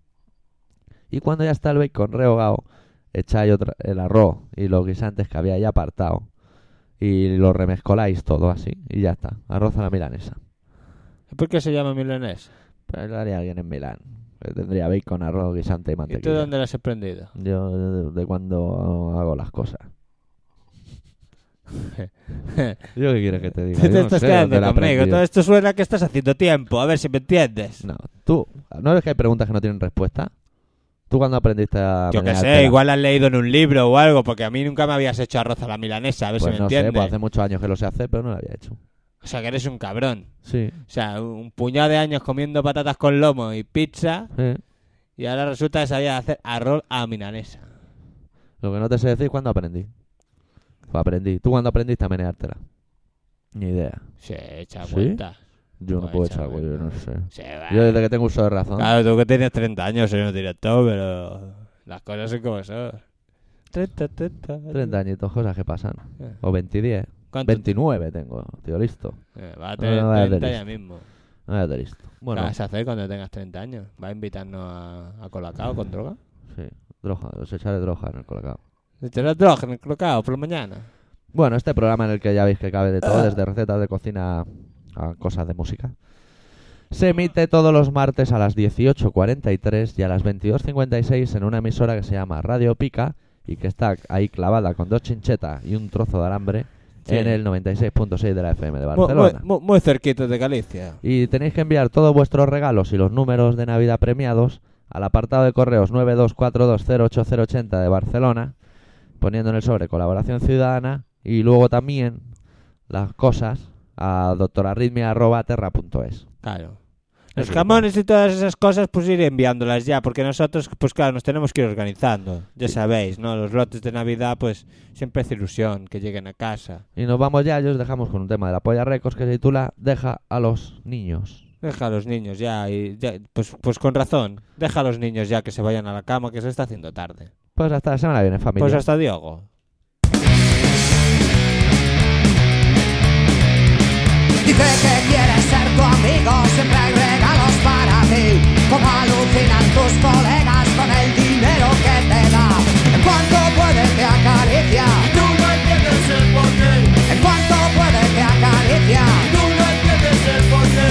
C: Y cuando ya está el bacon rehogado, echáis otra- el arroz y los guisantes que habíais apartado y lo remezcoláis todo así y ya está. Arroz a la milanesa.
B: ¿Por qué se llama milanés?
C: Pero lo haría alguien en Milán. que Tendría bacon, arroz, guisante y
B: ¿Y tú
C: mantequilla.
B: dónde lo has aprendido?
C: Yo de, de cuando hago las
B: [laughs]
C: cosas. ¿Yo qué quieres que te diga?
B: Tú [laughs]
C: Yo
B: te
C: no
B: estás
C: sé
B: quedando
C: dónde lo he
B: conmigo.
C: aprendido.
B: Todo esto suena que estás haciendo tiempo. A ver si me entiendes.
C: No, tú, ¿no ves que hay preguntas que no tienen respuesta? ¿Tú cuando aprendiste a
B: Yo qué sé,
C: meneártela?
B: igual has leído en un libro o algo, porque a mí nunca me habías hecho arroz a la milanesa, a ver
C: Pues
B: si me
C: no sé,
B: entiendes.
C: pues hace muchos años que lo sé hacer, pero no lo había hecho.
B: O sea, que eres un cabrón.
C: Sí.
B: O sea, un puñado de años comiendo patatas con lomo y pizza,
C: eh.
B: y ahora resulta que sabía hacer arroz a la milanesa.
C: Lo que no te sé decir es cuándo aprendí. Pues aprendí. ¿Tú cuándo aprendiste a meneártela? Ni idea.
B: Se echa
C: ¿Sí?
B: cuenta.
C: Yo no
B: Pues
C: puedo
B: echar
C: echar, güey, yo no sé.
B: Se va.
C: Yo desde que tengo uso de razón.
B: Claro, tú que tienes 30 años, soy un director, pero las cosas son como son. 30, 30.
C: 30 añitos, cosas que pasan.
B: Eh.
C: O 20 10.
B: ¿Cuánto?
C: 29 tengo, tío, listo.
B: Eh, va a tener
C: No, no, no,
B: 30
C: no,
B: ya mismo.
C: No ya te listo.
B: Bueno.
C: Bueno,
B: ¿Qué vas a hacer cuando tengas 30 años? ¿Va a invitarnos a, a colacao con droga?
C: sí, droga, os echaré droga en el colacao.
B: ¿Tendrás droga en el colacao por la mañana?
C: Bueno, este programa en el que ya veis que cabe de todo, desde recetas de cocina a cosas de música, se emite todos los martes a las 18.43 y a las 22.56 en una emisora que se llama Radio Pica y que está ahí clavada con dos chinchetas y un trozo de alambre
B: Sí.
C: en el 96.6 de la FM de
B: Mu-
C: Barcelona.
B: Muy, muy, muy cerquita de Galicia.
C: Y tenéis que enviar todos vuestros regalos y los números de Navidad premiados al apartado de correos 924208080 de Barcelona, poniendo en el sobre colaboración ciudadana y luego también las cosas a doctorarritmia.terra.es.
B: Claro.
C: Es
B: Los
C: que-
B: jamones y todas esas cosas, pues ir enviándolas ya, porque nosotros, pues claro, nos tenemos que ir organizando. Ya sabéis, ¿no? Los lotes de Navidad, pues siempre hace ilusión que lleguen a casa.
C: Y nos vamos ya, y os dejamos con un tema de la Polla Records que se titula Deja a los niños.
B: Deja a los niños ya, y ya- pues, pues con razón. Deja a los niños ya que se vayan a la cama, que se está haciendo tarde.
C: Pues hasta la semana que viene, familia.
B: Pues hasta Diogo.
H: Dice que quieres ser tu amigo, siempre hay regalos para ti. Como alucinan tus colegas con el dinero que te da. En cuanto puede te acaricia,
E: Tú no entiendes el porqué,
H: en cuanto puede te acaricia.
E: tú no entiendes el porqué.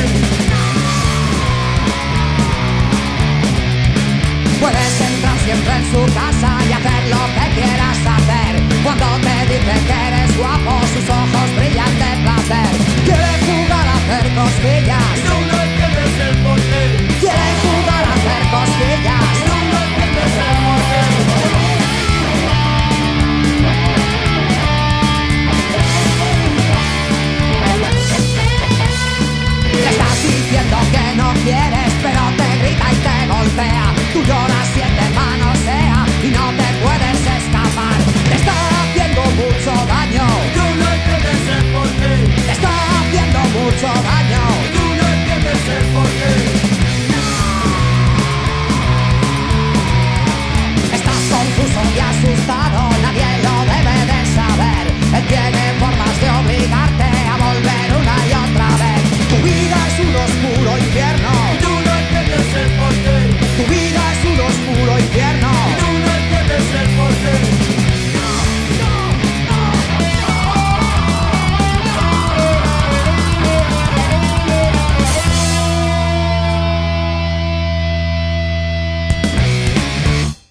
H: Puedes entrar siempre en su casa y hacer lo que quieras hacer. Cuando te dice que eres guapo, sus ojos brillan de placer. Quiere jugar a hacer cosquillas.
E: Tú no